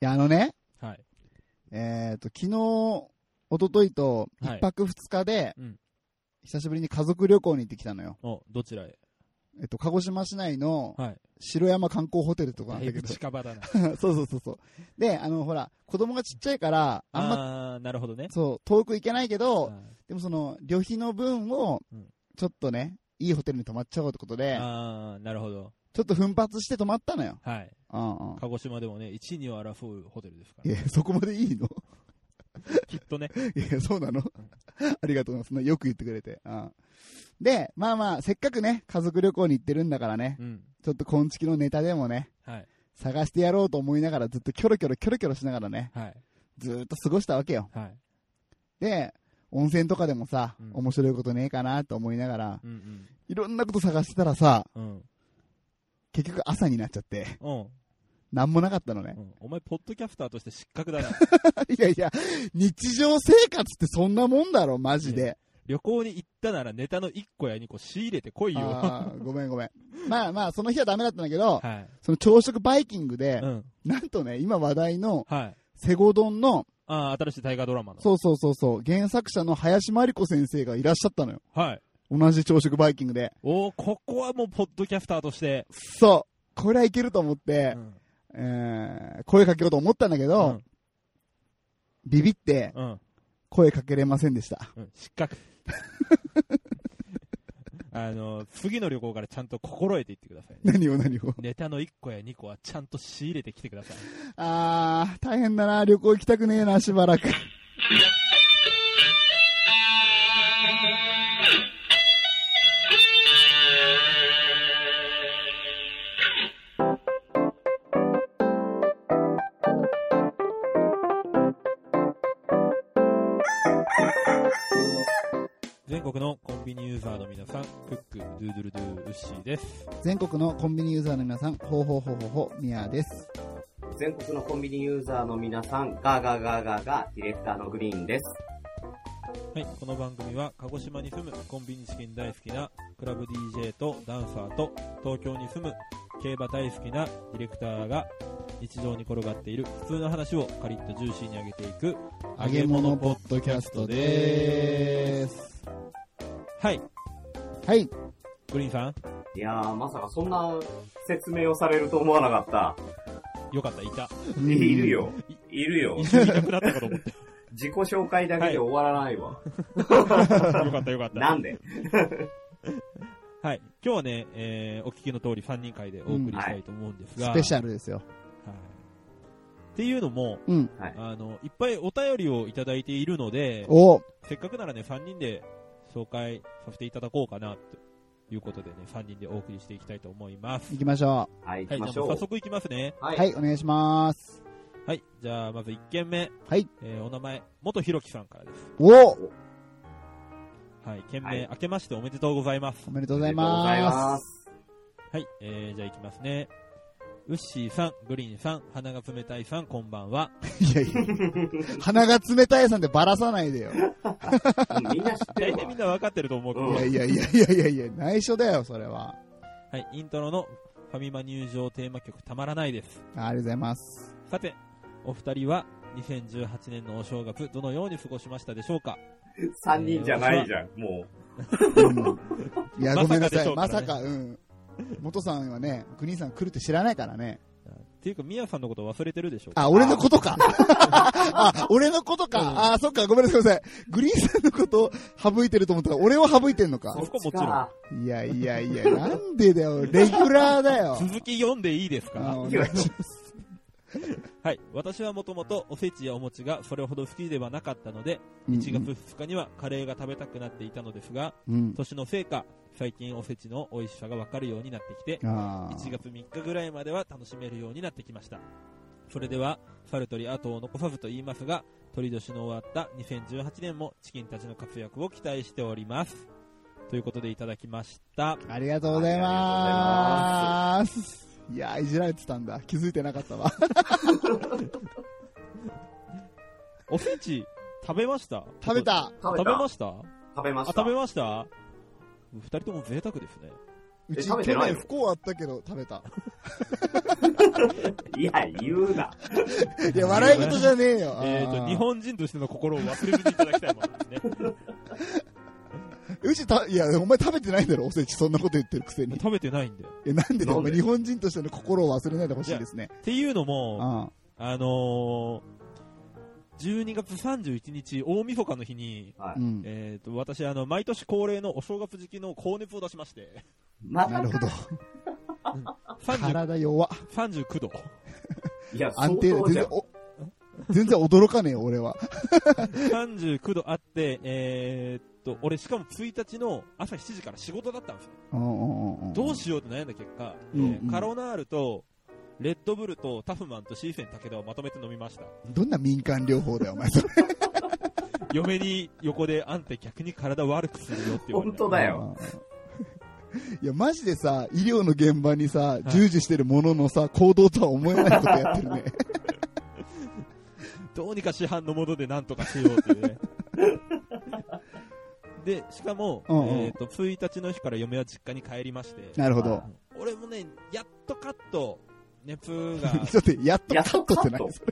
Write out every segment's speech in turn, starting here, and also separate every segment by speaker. Speaker 1: や、あのね、
Speaker 2: はい。
Speaker 1: えっ、と、昨日、一昨日と、
Speaker 2: はい
Speaker 1: 一泊二日で、
Speaker 2: うん
Speaker 1: 久しぶりに家族旅行に行ってきたのよ。
Speaker 2: お、どちらへ
Speaker 1: えっと、鹿児島市内の
Speaker 2: はい。
Speaker 1: 城山観光ホテルとかな
Speaker 2: だ
Speaker 1: んだ
Speaker 2: い
Speaker 1: け
Speaker 2: ぶ
Speaker 1: ど、
Speaker 2: 近場だな。
Speaker 1: そうそうそうそう。で、あの、ほら、子供がちっちゃいから、あんま、
Speaker 2: あー、なるほどね。
Speaker 1: そう、遠く行けないけど、
Speaker 2: はい
Speaker 1: でもその、旅費の分を
Speaker 2: うん、
Speaker 1: ちょっとね、いいホテルに泊まっちゃおうってことで、
Speaker 2: あー、なるほど。
Speaker 1: ちょっと奮発して泊まったのよ。
Speaker 2: はい。
Speaker 1: うんうん。
Speaker 2: 鹿児島でもね、1、2を争うホテルですから
Speaker 1: い
Speaker 2: ね、
Speaker 1: や、そこまでいいの
Speaker 2: きっとね。
Speaker 1: いや、そうなの ありがとうございます。そんなよく言ってくれて。うん。で、まあまあ、せっかくね、家族旅行に行ってるんだからね、
Speaker 2: うん。
Speaker 1: ちょっと今月のネタでもね、
Speaker 2: はい。
Speaker 1: 探してやろうと思いながら、ずっとキョロキョロキョロキョロしながらね、
Speaker 2: はい。
Speaker 1: ずーっと過ごしたわけよ。
Speaker 2: はい。
Speaker 1: で、温泉とかでもさ、
Speaker 2: うん
Speaker 1: 面白いことねえかなと思いながら、
Speaker 2: うん
Speaker 1: いろんなこと探してたらさ、
Speaker 2: うん。うん。
Speaker 1: 結局朝になっちゃって、
Speaker 2: うん。
Speaker 1: なんもなかったのね
Speaker 2: う。んお前、ポッドキャスターとして失格だな。
Speaker 1: いやいや、日常生活ってそんなもんだろ、マジで。
Speaker 2: 旅行に行ったならネタの1個や2個仕入れてこいよ。は
Speaker 1: あーごめんごめん。まあまあ、その日はダメだったんだけど、
Speaker 2: い。
Speaker 1: その朝食バイキングで
Speaker 2: う、ん。
Speaker 1: なんとね、今話題の
Speaker 2: はい。
Speaker 1: セゴ丼の、
Speaker 2: あー、新しい大河ドラマの。
Speaker 1: そうそうそうそう、原作者の林真理子先生がいらっしゃったのよ。
Speaker 2: はい。
Speaker 1: 同じ朝食バイキングで。
Speaker 2: おー、ここはもう、ポッドキャスターとして。
Speaker 1: そう、これはいけると思っ
Speaker 2: う
Speaker 1: て、
Speaker 2: ん。
Speaker 1: えー声かけようと思ったんだけど、
Speaker 2: うん
Speaker 1: ビビって
Speaker 2: うん。
Speaker 1: 声かけれませんでした。
Speaker 2: うん失格。 あの、次の旅行からちゃんと心得ていってください。
Speaker 1: 何を何を。
Speaker 2: ネタの1個や2個はちゃんと仕入れてきてください。
Speaker 1: あー、大変だな、旅行行きたくねえな、しばらく。
Speaker 2: 全国のコンビニユーザーの皆さん、クック、ドゥードゥルドゥー、ウッシーです。
Speaker 1: 全国のコンビニユーザーの皆さん、ほうほうほうほうほう、みやです。
Speaker 3: 全国のコンビニユーザーの皆さん、ガーガーガーガーガー、ディレクターのグリーンです。
Speaker 2: はい、この番組は鹿児島に住むコンビニチキン大好きなクラブ DJ とダンサーと東京に住む競馬大好きなディレクターが日常に転がっている普通の話をカリッとジューシーに上げていく
Speaker 1: 揚げ物ポッドキャストでーす。
Speaker 2: はい、
Speaker 1: はい。
Speaker 2: グリーンさん、
Speaker 3: いやー、まさかそんな説明をされると思わなかっ
Speaker 2: よかった、いた。
Speaker 3: た。いる。よ。いるよ。
Speaker 2: 一緒にいなくなったかと 思って。よ
Speaker 3: 自己紹介だけで終わらないわ。
Speaker 2: かった、よかった。
Speaker 3: なんで
Speaker 2: はい、今日はね、えー、お聞きの通り3人会でお送りしたいと思うんですが。
Speaker 1: スペシャルですよ。
Speaker 2: はい。っていうのも、
Speaker 1: うん。
Speaker 3: はい
Speaker 2: あの、いっぱいお便りをいただいているので、
Speaker 1: お
Speaker 2: せっかくならね、3人で紹介させていただこうかな、ということでね、3人でお送りしていきたいと思います。
Speaker 1: 行きましょ
Speaker 3: は
Speaker 2: はい、
Speaker 3: い、行き
Speaker 2: じゃ
Speaker 3: ま
Speaker 2: あ
Speaker 3: しょう。
Speaker 2: 早速いきますね。
Speaker 1: う。
Speaker 3: は
Speaker 1: はい、お願いします。
Speaker 2: はい、じゃあまず1件目。
Speaker 1: はい。
Speaker 2: えーお名前、元ひろきさんからです。
Speaker 1: お
Speaker 2: はい、件名、
Speaker 3: はい
Speaker 2: 明けましておめでとうございます
Speaker 1: お。めでとうございま
Speaker 2: はい、えー、じゃあいきますね。ウッシーさん、グリーンさん、鼻が冷たいさん、こんばんは。
Speaker 1: す。いやいや。鼻が冷たいさんでばらさないでよ。
Speaker 3: ありがとうございます。みんな知って
Speaker 2: 大
Speaker 3: る
Speaker 2: 体み
Speaker 3: わ
Speaker 2: ん。なわかってると思うけど
Speaker 3: う
Speaker 1: い
Speaker 3: ん
Speaker 1: やいやいやいやいやいや、内緒だよ、それは。
Speaker 2: はい、イントロのファミマ入場テーマ曲たまらないです。
Speaker 1: あありがとうございます。
Speaker 2: さて、お二人は2018年のお正月、どのように過ごしましたでしょうか
Speaker 3: 3人じゃないじゃん、も
Speaker 1: うんいや、ごめんなさい。
Speaker 2: ま
Speaker 1: ま
Speaker 2: さ
Speaker 1: さ
Speaker 2: か
Speaker 1: か、うん。元さんはね、グリーンさん来るって知らないからね。
Speaker 2: っていうか、みやさんのこと忘れてるでしょ
Speaker 1: あ、俺のことか。あ、俺のことか。
Speaker 2: うん
Speaker 1: あ、そっか、ごめんなさい。グリーンさんのことを省いてると思ったら、俺を省いてんの
Speaker 3: う。
Speaker 1: か
Speaker 3: そ。っ
Speaker 2: そこも
Speaker 3: ち
Speaker 2: ちろん
Speaker 3: か。
Speaker 1: いやいやいや、なんでだよ。レギュラーだよ。
Speaker 2: 続き読んでいいです
Speaker 1: あ
Speaker 2: か
Speaker 1: お願いします
Speaker 2: はい。私はもともとおせちやお餅がそれほど好きではなかったので、
Speaker 1: うん
Speaker 2: 1月2日にはカレーが食べたくなっていたのですが、
Speaker 1: うん。
Speaker 2: 年のせいか、最近おせちの美味しさがわかるようになってきて、
Speaker 1: あ
Speaker 2: 1
Speaker 1: ー
Speaker 2: 月3日ぐらいまでは楽しめるようになってきましたそれでは猿鳥後を残さずと言いますが鳥年の終わった2018年もチキンたちの活躍を期待しておりますということでいただきました
Speaker 1: ありがとうございます。いや、いじられてたんだ。気づいてなかったわ。
Speaker 2: おせち食べました
Speaker 1: 食べた。
Speaker 3: 食べ
Speaker 2: 食べ
Speaker 3: た
Speaker 2: ました
Speaker 3: 食べま
Speaker 2: あ
Speaker 3: した。
Speaker 2: 食べました2人とも贅沢ですね
Speaker 1: うち
Speaker 3: 食
Speaker 1: 去
Speaker 3: べてない
Speaker 1: 年
Speaker 3: の
Speaker 1: 不幸あったけど食べた。
Speaker 3: いや、言うな。
Speaker 1: いや、笑い事じゃねえよ。
Speaker 2: えっ
Speaker 1: あ
Speaker 2: と、
Speaker 1: ー
Speaker 2: 日本人としての心を忘れずにいただきたいもの ですね。
Speaker 1: うちた、いや、お前食べてないんだろ、おせち。そんなこと言ってるく せに。
Speaker 2: 食べてないんで。
Speaker 1: え、なんでだよ、お
Speaker 3: なんで
Speaker 1: 前日本人としての心を忘れないでほしいですね。
Speaker 2: っていうのも、
Speaker 1: あ
Speaker 2: あのー、12月31日、大晦日の日に、
Speaker 3: は
Speaker 1: あう
Speaker 3: い。
Speaker 1: ん。
Speaker 2: えっと、私、あの、毎年恒例のお正月時期の高熱を出しまして、
Speaker 3: ま
Speaker 1: な
Speaker 3: た
Speaker 1: るほ
Speaker 3: か。
Speaker 1: ど。
Speaker 2: 30
Speaker 1: 体弱。
Speaker 2: 39度。
Speaker 3: いや、相
Speaker 1: 安定
Speaker 3: 当
Speaker 1: 全
Speaker 3: じゃ
Speaker 1: 然
Speaker 3: ん。、
Speaker 1: お、全然驚かねえよ、俺は。
Speaker 2: 39度あって、えーっと、俺しかも1日の朝7時から仕事だったんですよ。
Speaker 1: うんうんうんん
Speaker 2: どうしようって悩んだ結果、
Speaker 1: うん
Speaker 2: えー
Speaker 1: うん
Speaker 2: カロナールと、レッドブルとタフマンとシーセン武田をまとめて飲みました。
Speaker 1: どんな民間療法だよ、お前。それ
Speaker 2: 嫁に横であんた逆に体悪くするよって言われた。
Speaker 3: 本当だよ。
Speaker 1: いや、マジでさ、医療の現場にさ、従事してるもののさ、行動とは思えないことやってる ね。
Speaker 2: どうにか市販のものでなんとかしようっ ていうね。で、しかも、
Speaker 1: うんうん
Speaker 2: えっ、と、1日の日から嫁は実家に帰りまして、
Speaker 1: なるほど。
Speaker 2: 俺もね、やっとカット、熱が、
Speaker 1: ちょっと、やっと
Speaker 3: や
Speaker 1: カ
Speaker 3: っと
Speaker 1: ッ
Speaker 3: カ
Speaker 1: トって
Speaker 3: ッ
Speaker 1: ない
Speaker 3: ト。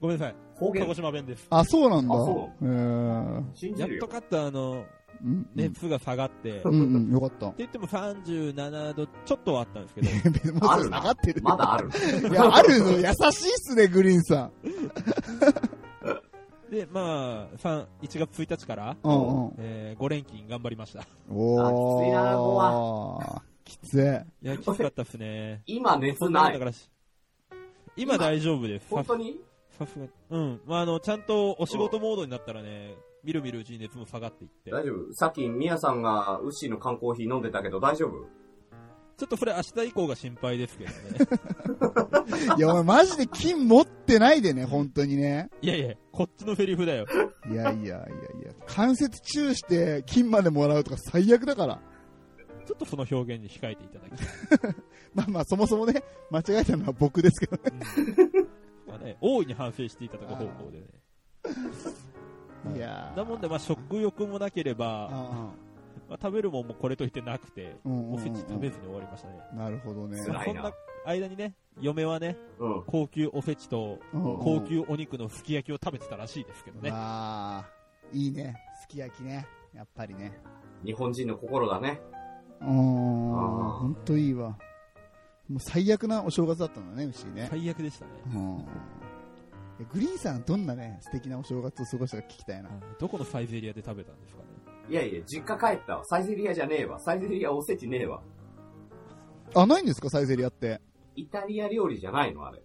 Speaker 2: ごめんなさい、
Speaker 3: 方
Speaker 2: 鹿
Speaker 3: 言
Speaker 2: 児、島弁です。
Speaker 1: あ、そうなんだ。。
Speaker 3: あそう
Speaker 1: ん。
Speaker 3: 信じ
Speaker 2: やっ
Speaker 3: るよ
Speaker 2: と。カット、あの、
Speaker 1: うん。
Speaker 2: 熱が下がっ
Speaker 1: う
Speaker 2: て、って
Speaker 1: んうん、よかった。
Speaker 2: 言っても37度ちょっとはあったんです けど、
Speaker 1: もうそれ
Speaker 3: あ
Speaker 1: 下
Speaker 3: るな
Speaker 1: がってる。
Speaker 3: まだある。
Speaker 1: いや、あるの、優しいっすね、グリーンさん。
Speaker 2: で、まあ、3 1月1日から、
Speaker 1: うんうん。
Speaker 2: え5連勤頑張りました。い
Speaker 1: おー。
Speaker 3: あきついなここ
Speaker 1: きつい。
Speaker 2: や、きつかったっすね。
Speaker 3: 今熱な
Speaker 2: だ
Speaker 3: い。
Speaker 2: からし今
Speaker 3: 今
Speaker 2: 大丈夫です。
Speaker 3: 本当に
Speaker 2: さすがに。うん。まあ、あの、ちゃんとお仕事モードになったらね、みるみるうちに熱も下がっていって。
Speaker 3: 大丈夫さっき、みやさんが、ウッシーの缶コーヒー飲んでたけど、大丈夫
Speaker 2: ちょっとそれ明日以降が心配ですけどね。
Speaker 1: いや、お前マジで金持ってないでね、本当にね。
Speaker 2: いやいや、こっちのセリフだよ。
Speaker 1: いやいやいやいや。関節チューして金までもらうとか最悪だから。
Speaker 2: ちょっとその表現に控えていただきたい。
Speaker 1: まあまあ、そもそもね、間違えたのは僕ですけどね。
Speaker 2: まあね、大いに反省していただく方向でね。うん
Speaker 1: いやー
Speaker 2: なもんで、まあ、食欲もなければ、
Speaker 1: あ
Speaker 2: まあ、食べるもんもこれといってなくて、
Speaker 1: あうんうんうん
Speaker 2: おせち食べずに終わりましたね。
Speaker 1: なるほどね。
Speaker 3: 辛
Speaker 2: そ
Speaker 3: い
Speaker 2: ん
Speaker 3: な
Speaker 2: な間にね、嫁はね、
Speaker 3: うん。
Speaker 2: 高級おせちと
Speaker 1: うんうん
Speaker 2: 高級お肉のすき焼きを食べてたらしいですけどね。
Speaker 1: ああ、いいね。すき焼きね。やっぱりね。
Speaker 3: 日本人の心だね。
Speaker 1: うーん。
Speaker 3: あー
Speaker 1: ほんといいわ。もう最悪なお正月だったのね、牛ね。
Speaker 2: 最悪でしたね。
Speaker 1: うん。えグリーンさん、どんなね、素敵なお正月を過ごしたか聞きたいな。
Speaker 2: どこのサイゼリアで食べたんですかね。
Speaker 3: いやいや、実家帰ったわ。サイゼリアじゃねえわ。サイゼリアおせちねえわ。
Speaker 1: あ、ないんですかサイゼリアって。
Speaker 3: イタリア料理じゃないのあれ。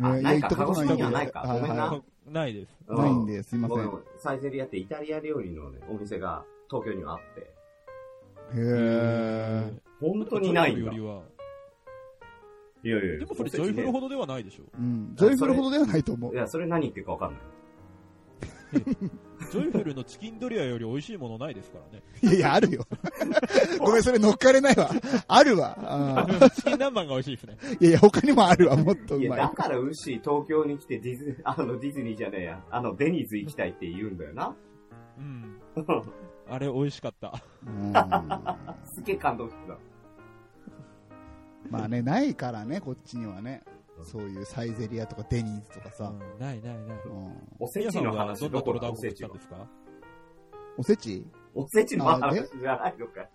Speaker 3: あ
Speaker 1: ね
Speaker 3: ない
Speaker 1: や行
Speaker 3: か
Speaker 1: ったことないんで
Speaker 3: 鹿児島にはないか
Speaker 1: はい
Speaker 3: ごめんな
Speaker 1: は
Speaker 2: ないです。
Speaker 1: いないんですいません。
Speaker 3: ごめんごめんサイゼリアってイタリア料理のね、お店が東京にはあって。
Speaker 1: へえ。
Speaker 3: 本当にないん
Speaker 2: よ
Speaker 3: だ。
Speaker 2: り
Speaker 3: い
Speaker 2: は。
Speaker 3: やいやいや
Speaker 2: でもそれジョイフルほどではないでしょ。
Speaker 1: うん。ジョイフルほどではないと思う
Speaker 3: い。や、それ何言ってるかわかんない。
Speaker 2: ジョイフルのチキンドリアより美味しいものないですから ね。
Speaker 1: いやいや、あるよ。 ごめん、それ乗っかれないわ。あるわ。あー
Speaker 2: チキン南蛮が美味しいですね。
Speaker 1: いやいや、他にもあるわ。もっと
Speaker 3: いうや、
Speaker 1: ま
Speaker 3: だ
Speaker 1: い。
Speaker 3: からウッシー東京に来てディズ、あのディズニーじゃねえや。あのデニーズ行きたいって言うんだよな。
Speaker 2: うん。あれ美味しかった。
Speaker 1: うん
Speaker 3: すっげえ感動してた。
Speaker 1: まあね、ないからね、こっちにはね。そういうサイゼリアとかデニーズとかさ。
Speaker 2: うんないないない。
Speaker 1: うん
Speaker 3: おせ
Speaker 2: 皆
Speaker 3: ち
Speaker 2: さん
Speaker 3: の
Speaker 2: はど
Speaker 3: 話
Speaker 2: んな
Speaker 3: どこ
Speaker 2: 泥
Speaker 3: だ
Speaker 2: 団
Speaker 3: お
Speaker 2: 子を
Speaker 3: せ
Speaker 2: し
Speaker 3: ち
Speaker 2: た
Speaker 3: の
Speaker 2: んで。すか
Speaker 1: おせち
Speaker 3: おせちの
Speaker 1: あ
Speaker 3: 話
Speaker 1: で
Speaker 3: じゃないのか。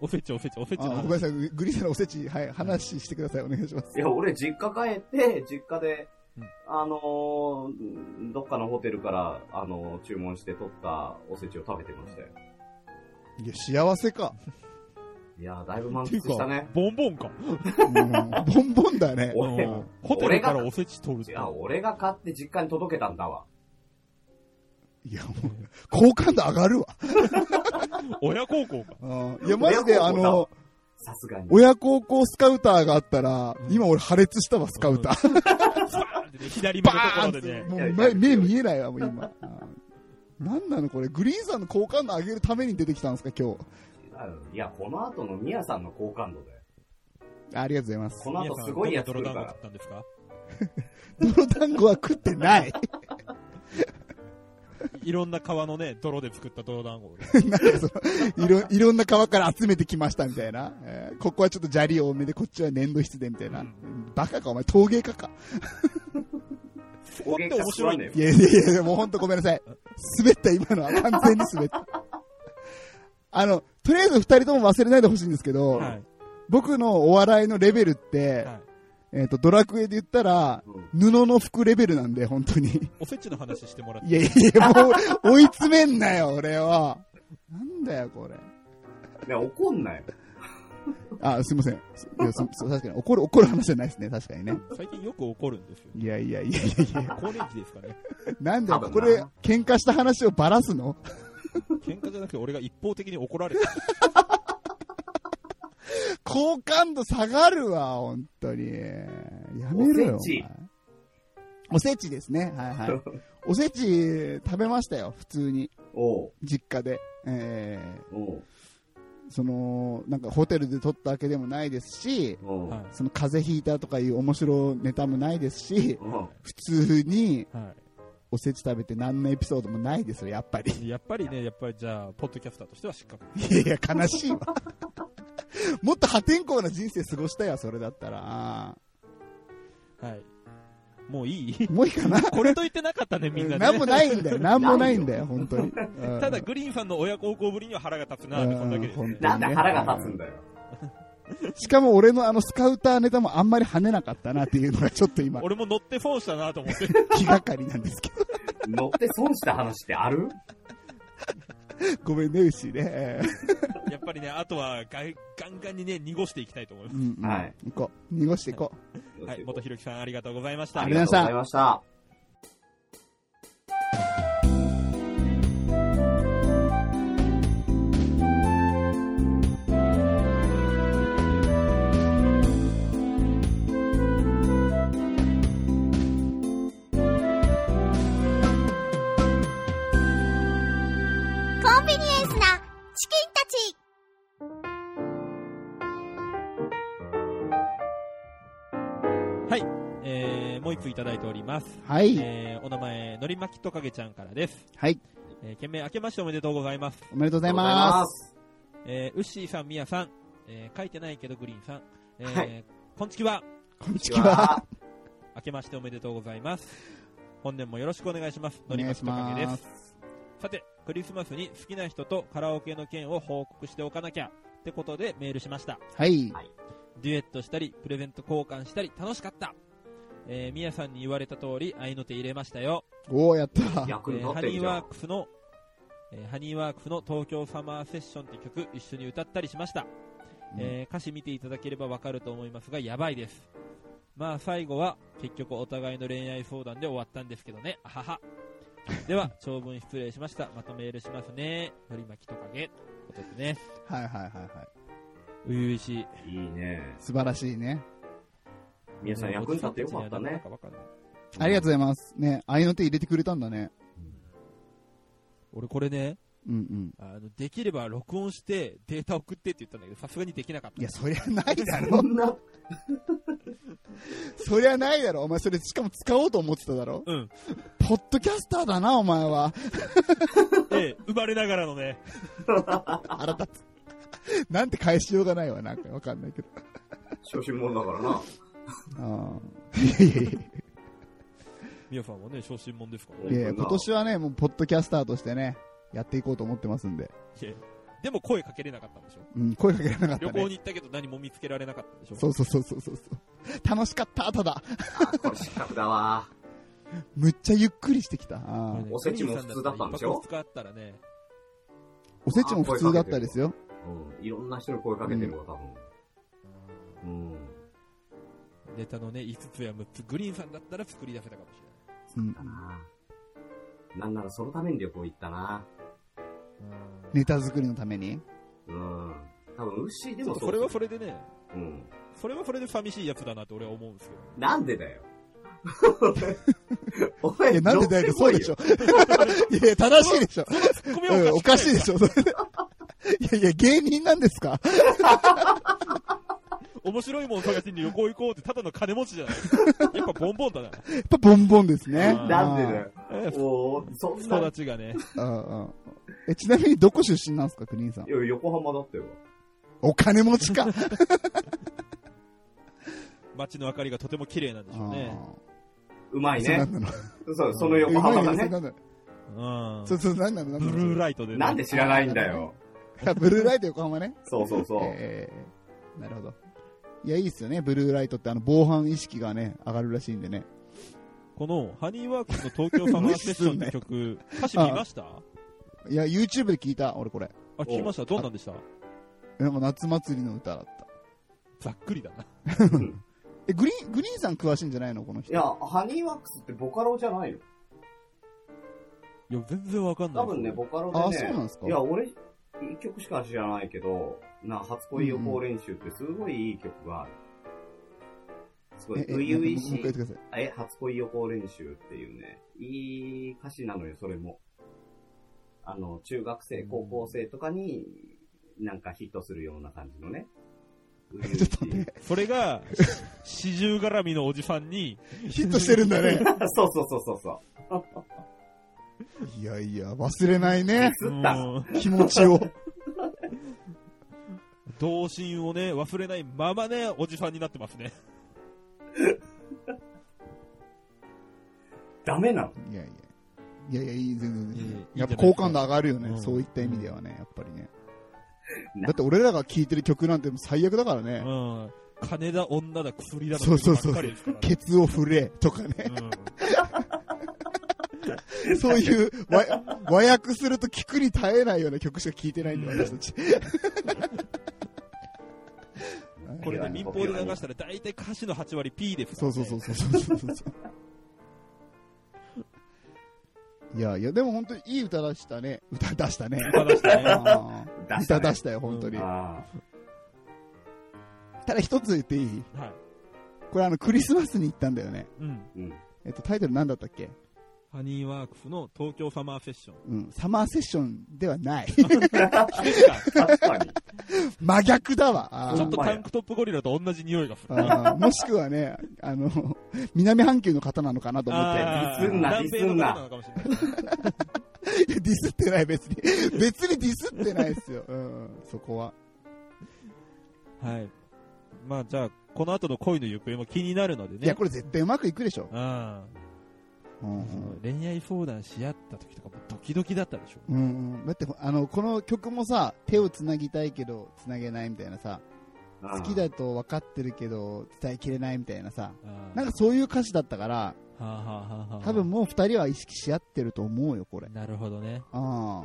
Speaker 2: おせちおせちおせち
Speaker 1: あ、
Speaker 2: の
Speaker 1: ごめんなさい。ググリーンさんのおせち、はい、話してください。お願いします。
Speaker 3: いや、俺実家帰って、実家で
Speaker 2: うん、
Speaker 3: あのー、どっかのホテルから、あのー注文して取ったおせちを食べてましたよ。
Speaker 1: いや、幸せか。
Speaker 3: いやー、だいぶ満
Speaker 2: ってい
Speaker 3: 喫
Speaker 2: う
Speaker 3: した
Speaker 2: か
Speaker 3: ね。、
Speaker 2: ボンボンか。
Speaker 1: うんボンボンだね。
Speaker 3: 俺
Speaker 2: うんホテルからおせち取る
Speaker 3: い
Speaker 2: ぞ
Speaker 3: や、俺が買って実家に届けたんだわ。
Speaker 1: いや、もう、好感度上がるわ。
Speaker 2: 親孝行か。
Speaker 1: うんいや、マジで、
Speaker 3: 親孝行だ
Speaker 1: あの、
Speaker 3: さすがに。
Speaker 1: 親孝行スカウターがあったら
Speaker 2: う、ん
Speaker 1: 今俺破裂したわ、スカウター。
Speaker 2: スパーンってね左目
Speaker 1: バ
Speaker 2: のとこ
Speaker 1: ーン
Speaker 2: ろでね。
Speaker 1: もう前目見えないわ、もう今。うんなんなのこれ、グリーンさんの好感度上げるために出てきたんですか、今
Speaker 3: いや、この後のミヤさんの好感度だよ。
Speaker 1: 日。ありがとうございます
Speaker 3: こ。の後すごいやつ来
Speaker 2: 皆さんどん
Speaker 3: る
Speaker 2: な
Speaker 3: か
Speaker 2: 泥団子
Speaker 3: ら
Speaker 2: 食っ。たんですか
Speaker 1: 泥団子は食ってない。
Speaker 2: いろんな川のね、泥で作った泥団子。
Speaker 1: なんかそのいろ、いろんな川から集めてきましたみたいな。えーここはちょっと砂利多めで、こっちは粘土質でみたいな。バカか、お前、陶芸家か。
Speaker 3: 大げさするんだよ
Speaker 1: い。やいやいや、もうほんとごめんなさい。滑った、今のは。完全に滑った。あの、とりあえず二人とも忘れないでほしいんですけど、
Speaker 2: はい。
Speaker 1: 僕のお笑いのレベルって、
Speaker 2: はい。
Speaker 1: えっ、と、ドラクエで言ったら、
Speaker 3: うん
Speaker 1: 布の服レベルなんで、本当に。
Speaker 2: おせちの話してもらって。
Speaker 1: いやいや、もう、追い詰めんなよ、俺は。なんだよ、これ。
Speaker 3: いや、怒んなよ。
Speaker 1: あ、すいません。すいやそ そう確かに、怒る、怒る話じゃないですね、確かにね。
Speaker 2: 最近よく怒るんですよ。
Speaker 1: いやいやいやいや いや、
Speaker 2: 高年期ですかね。
Speaker 1: なんだよ、
Speaker 3: 多分な
Speaker 1: これ、喧嘩した話をばらすの
Speaker 2: 喧嘩じゃなくて俺が一方的に怒られてる。
Speaker 1: 好感度下がるわ、本当に。やめろよ。
Speaker 3: おせ
Speaker 1: お
Speaker 3: ち
Speaker 1: 前おせちですね、はいはい。 おせち、食べましたよ、普通に。
Speaker 3: おう、
Speaker 1: 実家で。え
Speaker 3: おう、
Speaker 1: ー、その、なんかホテルで撮ったわけでもないですし、
Speaker 3: おう、
Speaker 2: は
Speaker 1: その風邪ひいたとかいう面白ネタもないですし、
Speaker 3: おう
Speaker 1: 普通に
Speaker 2: い。は
Speaker 1: おせち食べて何のエピソードもないですよ、やっぱり。
Speaker 2: い。やっぱりね、やっぱりじゃあ、ポッドキャスターとしては失格。
Speaker 1: いやいや、悲しいわ。 もっと破天荒な人生過ごしたいわ、それだったら。あ
Speaker 2: はい。もうい い
Speaker 1: ーもういいかな
Speaker 2: これと言ってなかったね、みんなね。
Speaker 1: なんもないんだよ、なんもないんだよ、本当に。うん
Speaker 2: ただ、、グリーンさんの親孝行ぶりには腹が立つなって、こんだけです
Speaker 1: うん
Speaker 2: ね
Speaker 1: 本。当
Speaker 3: なんで腹が立つんだよ。
Speaker 1: しかも俺のあのスカウターネタもあんまり跳ねなかったなっていうのがちょっと今、
Speaker 2: 俺も乗って損したなと思 って。
Speaker 1: 気がかりなんですけど。
Speaker 3: 乗って損した話ってある
Speaker 1: ごめんね、牛ね。え
Speaker 2: やっぱりね、あとはガンガンガンにね、濁していきたいと思い
Speaker 1: ー
Speaker 2: ま
Speaker 1: うんうん
Speaker 3: はい。
Speaker 1: 行こう。濁していこ
Speaker 2: す。はい。元ひろきさん、ありがとうございました
Speaker 3: あ。りがとうございました。
Speaker 4: コンビニエンスなチキンたち
Speaker 2: はい。えー、もう一通いただいております。
Speaker 1: う。はい。
Speaker 2: えー、お名前、のりまきとかげちゃんからです。
Speaker 1: はい。
Speaker 2: えー、懸命明けましておめでとうございます。
Speaker 1: おめでとうござい
Speaker 3: ありがとうござい
Speaker 1: ま
Speaker 3: ます。
Speaker 2: えー、ウッシーさん、みやさん、えー、書いてないけどグリーンさん、えー、
Speaker 3: はい
Speaker 2: こんちきは、
Speaker 1: す。こんにち
Speaker 3: こんにち
Speaker 1: は。
Speaker 3: は
Speaker 2: 明けましておめでとうございます。本年もよろしくお願いします。
Speaker 1: お
Speaker 2: のり
Speaker 1: 願い
Speaker 2: ま
Speaker 1: し
Speaker 2: きとかげで。
Speaker 1: ます
Speaker 2: さて、クリスマスに好きな人とカラオケの件を報告しておかなきゃってことでメールしました。
Speaker 1: はい。
Speaker 2: デュエットしたり、プレゼント交換したり、楽しかった。えー、みやさんに言われた通り、愛の手入れましたよ。
Speaker 1: おおやった。
Speaker 3: 役に
Speaker 2: えー
Speaker 3: 立っ
Speaker 2: ハ
Speaker 3: て
Speaker 2: ニ
Speaker 3: る
Speaker 2: ー
Speaker 3: じゃ
Speaker 2: ワ
Speaker 3: ん
Speaker 2: ー。クスの、えーハニーワークスの東京サマーセッションって曲、一緒に歌ったりしました。えー歌詞見ていただければわかると思いますが、やばいです。まあ最後は結局お互いの恋愛相談で終わったんですけどね。あはは。で は、長文失礼しました。またメールしますね。のりまきとかげ。ことですね。
Speaker 1: はいはいはいはい。
Speaker 2: 初々しい。
Speaker 3: いいね。
Speaker 1: 素晴らしいね。
Speaker 3: 皆さん役に立ってよかったね。
Speaker 1: ありがとうございます。ね、愛の手入れてくれたんだね。
Speaker 2: 俺これね、
Speaker 1: うんうん。
Speaker 2: あの、できれば録音してデータ送ってって言ったんだけど、さすがにできなかった。
Speaker 1: いや、そりゃないだろ。
Speaker 3: そんな、
Speaker 1: そりゃないだろ。お前、それ、しかも使おうと思ってただろ。
Speaker 2: うん。
Speaker 1: ポッドキャスターだな、お前は。
Speaker 2: ええ、生まれながらのね。
Speaker 1: 腹立つ。なんて返しようがないわ、なんかわかんないけど。
Speaker 3: 初心者だからな。
Speaker 1: ああ。いやいやい
Speaker 2: みやさんもね、昇進者ですからね。
Speaker 1: やいや、今年はね、もう、ポッドキャスターとしてね、やっていこうと思ってますんで。
Speaker 2: いやでも声かけれなかったんでしょ
Speaker 1: うん、声かけられなかった
Speaker 2: 旅
Speaker 1: ね。
Speaker 2: 行に行ったけど何も見つけられなかったんでしょ
Speaker 1: そうそうそうそうそうそう。楽しかった、ただ。
Speaker 3: あ、これ失格だわ。
Speaker 1: むっちゃゆっくりしてきた。ああ
Speaker 2: ね
Speaker 3: おせちも普通だったんでしょ
Speaker 2: 一泊二日あったらね、
Speaker 1: おせちも普通だったですよ。
Speaker 3: うん。いろんな人に声かけてるわ、多分。うん。
Speaker 2: ネタのね、5つや6つ、グリーンさんだったら作り出せたかもし
Speaker 1: うん
Speaker 3: だ。ななんならそのために旅行行ったな。
Speaker 2: れない。
Speaker 1: ネタ作りのために。
Speaker 3: うん。多分、牛
Speaker 2: ち
Speaker 3: で
Speaker 2: ょ
Speaker 3: も
Speaker 2: っと
Speaker 3: そう。
Speaker 2: それはそれでね、
Speaker 3: うん。
Speaker 2: それはそれで寂しいやつだなって俺は思うんですけ
Speaker 3: なんで だよ。お前
Speaker 1: いや、なんでだよ、そうでしょ。 いやいや、正しいでしょ。
Speaker 2: ど。ツッコミ
Speaker 1: うん
Speaker 2: は
Speaker 1: お
Speaker 2: お
Speaker 1: か
Speaker 2: か
Speaker 1: し
Speaker 2: し
Speaker 1: い
Speaker 2: い
Speaker 1: でしょ、それ。いやいや、芸人なんですか
Speaker 2: 面白いもの探しに旅行行こうって、ただの金持ち じゃない。やっぱボンボンだな。
Speaker 1: やっぱボンボンですね。
Speaker 2: うん
Speaker 3: なんでだよ。
Speaker 2: え
Speaker 3: おー、そんな、い
Speaker 2: 育ちがね。
Speaker 1: うんうんえ、ちなみにどこ出身なんですか、クリーンさん。
Speaker 3: や横浜だったよ。
Speaker 1: お金持ちか。
Speaker 2: 街の明かりがとても綺麗なんでしょうね。
Speaker 3: うまい
Speaker 1: そうな
Speaker 3: ね
Speaker 1: ん。なの。
Speaker 3: そう、その横
Speaker 1: え
Speaker 3: 浜だ
Speaker 1: うまい
Speaker 3: ね。
Speaker 1: そうなの
Speaker 2: うん。
Speaker 1: そうそう、なんなのなん
Speaker 2: ブ
Speaker 1: なの
Speaker 2: ルーライトでね。
Speaker 3: なんで知らないんだよ。
Speaker 1: あブルーライト横浜ね。
Speaker 3: そうそうそう。
Speaker 1: えーなるほど。いや、いいっすよね。ブルーライトって、あの、防犯意識がね、上がるらしいんでね。
Speaker 2: この、ハニーワークスの東京サマーセッションって曲、歌詞見ましたあ、
Speaker 1: いや、YouTube で聞いた、俺これ。
Speaker 2: 聞きました。どんなんでした
Speaker 1: なんか夏祭りの歌だった。
Speaker 2: ざっくりだな。
Speaker 1: え、グリーン、グリーンさん詳しいんじゃないのこの
Speaker 3: い
Speaker 1: 人。
Speaker 3: や、ハニーワックスってボカロじゃないよ。
Speaker 2: いや、全然わかんない。
Speaker 3: 多分ね、ボカロ
Speaker 1: あ、
Speaker 3: で
Speaker 1: そう
Speaker 3: ね
Speaker 1: なん、ですか
Speaker 3: いや、俺、一曲しか知らないけど、な、初恋予行練習ってすごいいい曲がある。すごい、
Speaker 1: ええ
Speaker 3: 初々し
Speaker 1: もう一回言っ
Speaker 3: い
Speaker 1: て。ください。
Speaker 3: え、初恋予行練習っていうね、いい歌詞なのよ、それも。あの、中学生、高校生とかに、なんかヒットするような感じのね。初々しい
Speaker 1: ちょっと待って
Speaker 2: それが、四十絡みのおじさんに、
Speaker 1: ヒットしてるんだ ね。
Speaker 3: そうそうそうそうそう。
Speaker 1: いやいや、忘れないね。
Speaker 3: すった。
Speaker 2: うん
Speaker 1: 気持ちを。
Speaker 2: 童心をね、忘れないままね、おじさんになってますね。
Speaker 3: ダメなの。
Speaker 1: いやいや。いやいや、いい、全然全
Speaker 2: いやいやいいんじゃない
Speaker 1: 然。やっぱ好感度上がるよ
Speaker 2: う
Speaker 1: ね。
Speaker 2: ん
Speaker 1: そういった意味ではね、やっぱりね。
Speaker 3: な
Speaker 1: だって俺らが聴いてる曲なんてもう最悪だからね。
Speaker 2: うん。金だ、女だ、薬だ、
Speaker 1: そうそうそう
Speaker 2: ばっかりですからね
Speaker 1: ケツを振れとか ね。そういう和、和訳すると聞くに耐えないような曲しか聴いてないんだよ、私たち。
Speaker 2: うん これね、民放で流したら大体歌詞の8割 P ですか
Speaker 1: そう
Speaker 2: らね
Speaker 1: そうそうそうそうそうそう。いやいや、でも本当にいい歌出したね。歌出したね。
Speaker 2: 歌出したね
Speaker 1: あー
Speaker 3: 出した
Speaker 1: 歌
Speaker 3: ね
Speaker 1: 出したよ、本当に。
Speaker 3: あ
Speaker 1: ただ一つ言っていい
Speaker 2: はい。
Speaker 1: これあの、クリスマスに行ったんだよね。
Speaker 2: うん。
Speaker 3: ーうん。
Speaker 1: えっと、タイトルなんだったっけ
Speaker 2: ハニーワークスの東京サマーセッション。
Speaker 1: うん。サマーセッションではない。
Speaker 3: 確かに。
Speaker 1: 真逆だわ。あー
Speaker 2: ちょっとタンクトップゴリラと同じ匂いがする。
Speaker 1: あーもしくはね、あの、南半球の方なのかなと思って。
Speaker 2: あー
Speaker 3: ディスんな
Speaker 2: 南米の方なのかもしれない
Speaker 1: いや ディスってない、別に。別にディスってないですよ。うん、そこは。
Speaker 2: はい。まあじゃあ、この後の恋の行方も気になるのでね。
Speaker 1: いや、これ絶対うまくいくでしょ。
Speaker 2: うん。
Speaker 1: うんう
Speaker 2: その
Speaker 1: ん
Speaker 2: 恋愛相談し合った時とかもドキドキだったでしょ。
Speaker 1: うんうん、だってあのこの曲もさ手をつなぎたいけどつなげないみたいなさ好きだと分かってるけど伝えきれないみたいなさなんかそういう歌詞だったから
Speaker 2: はあ、はあはあはあ、
Speaker 1: 多分もう2人は意識し合ってると思うよこれ
Speaker 2: なるほどね。
Speaker 1: ああ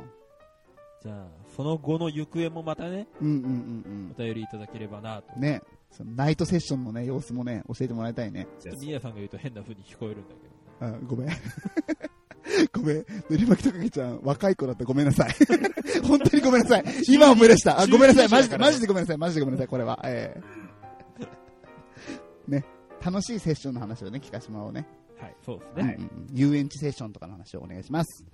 Speaker 2: じゃあ、その後の行方もまたね、
Speaker 1: うんうん
Speaker 2: お便りいただければなと。
Speaker 1: うんうんねそのナイトセッションのね様子もね教えてもらいたいね、
Speaker 2: ちょっと宮さんが言うと変な風に聞こえるんだけど。
Speaker 1: うん、ごめん ごめん塗り巻きとかけちゃん若い子だったごめんなさい 本当にごめんなさい今思い出したあごめんなさいマジでマジでごめんなさいマジでごめんなさいこれはええね楽しいセッションの話をね聞かしまおうね
Speaker 2: はい、そうですね。
Speaker 1: うんうんうん遊園地セッションとかの話をお願いします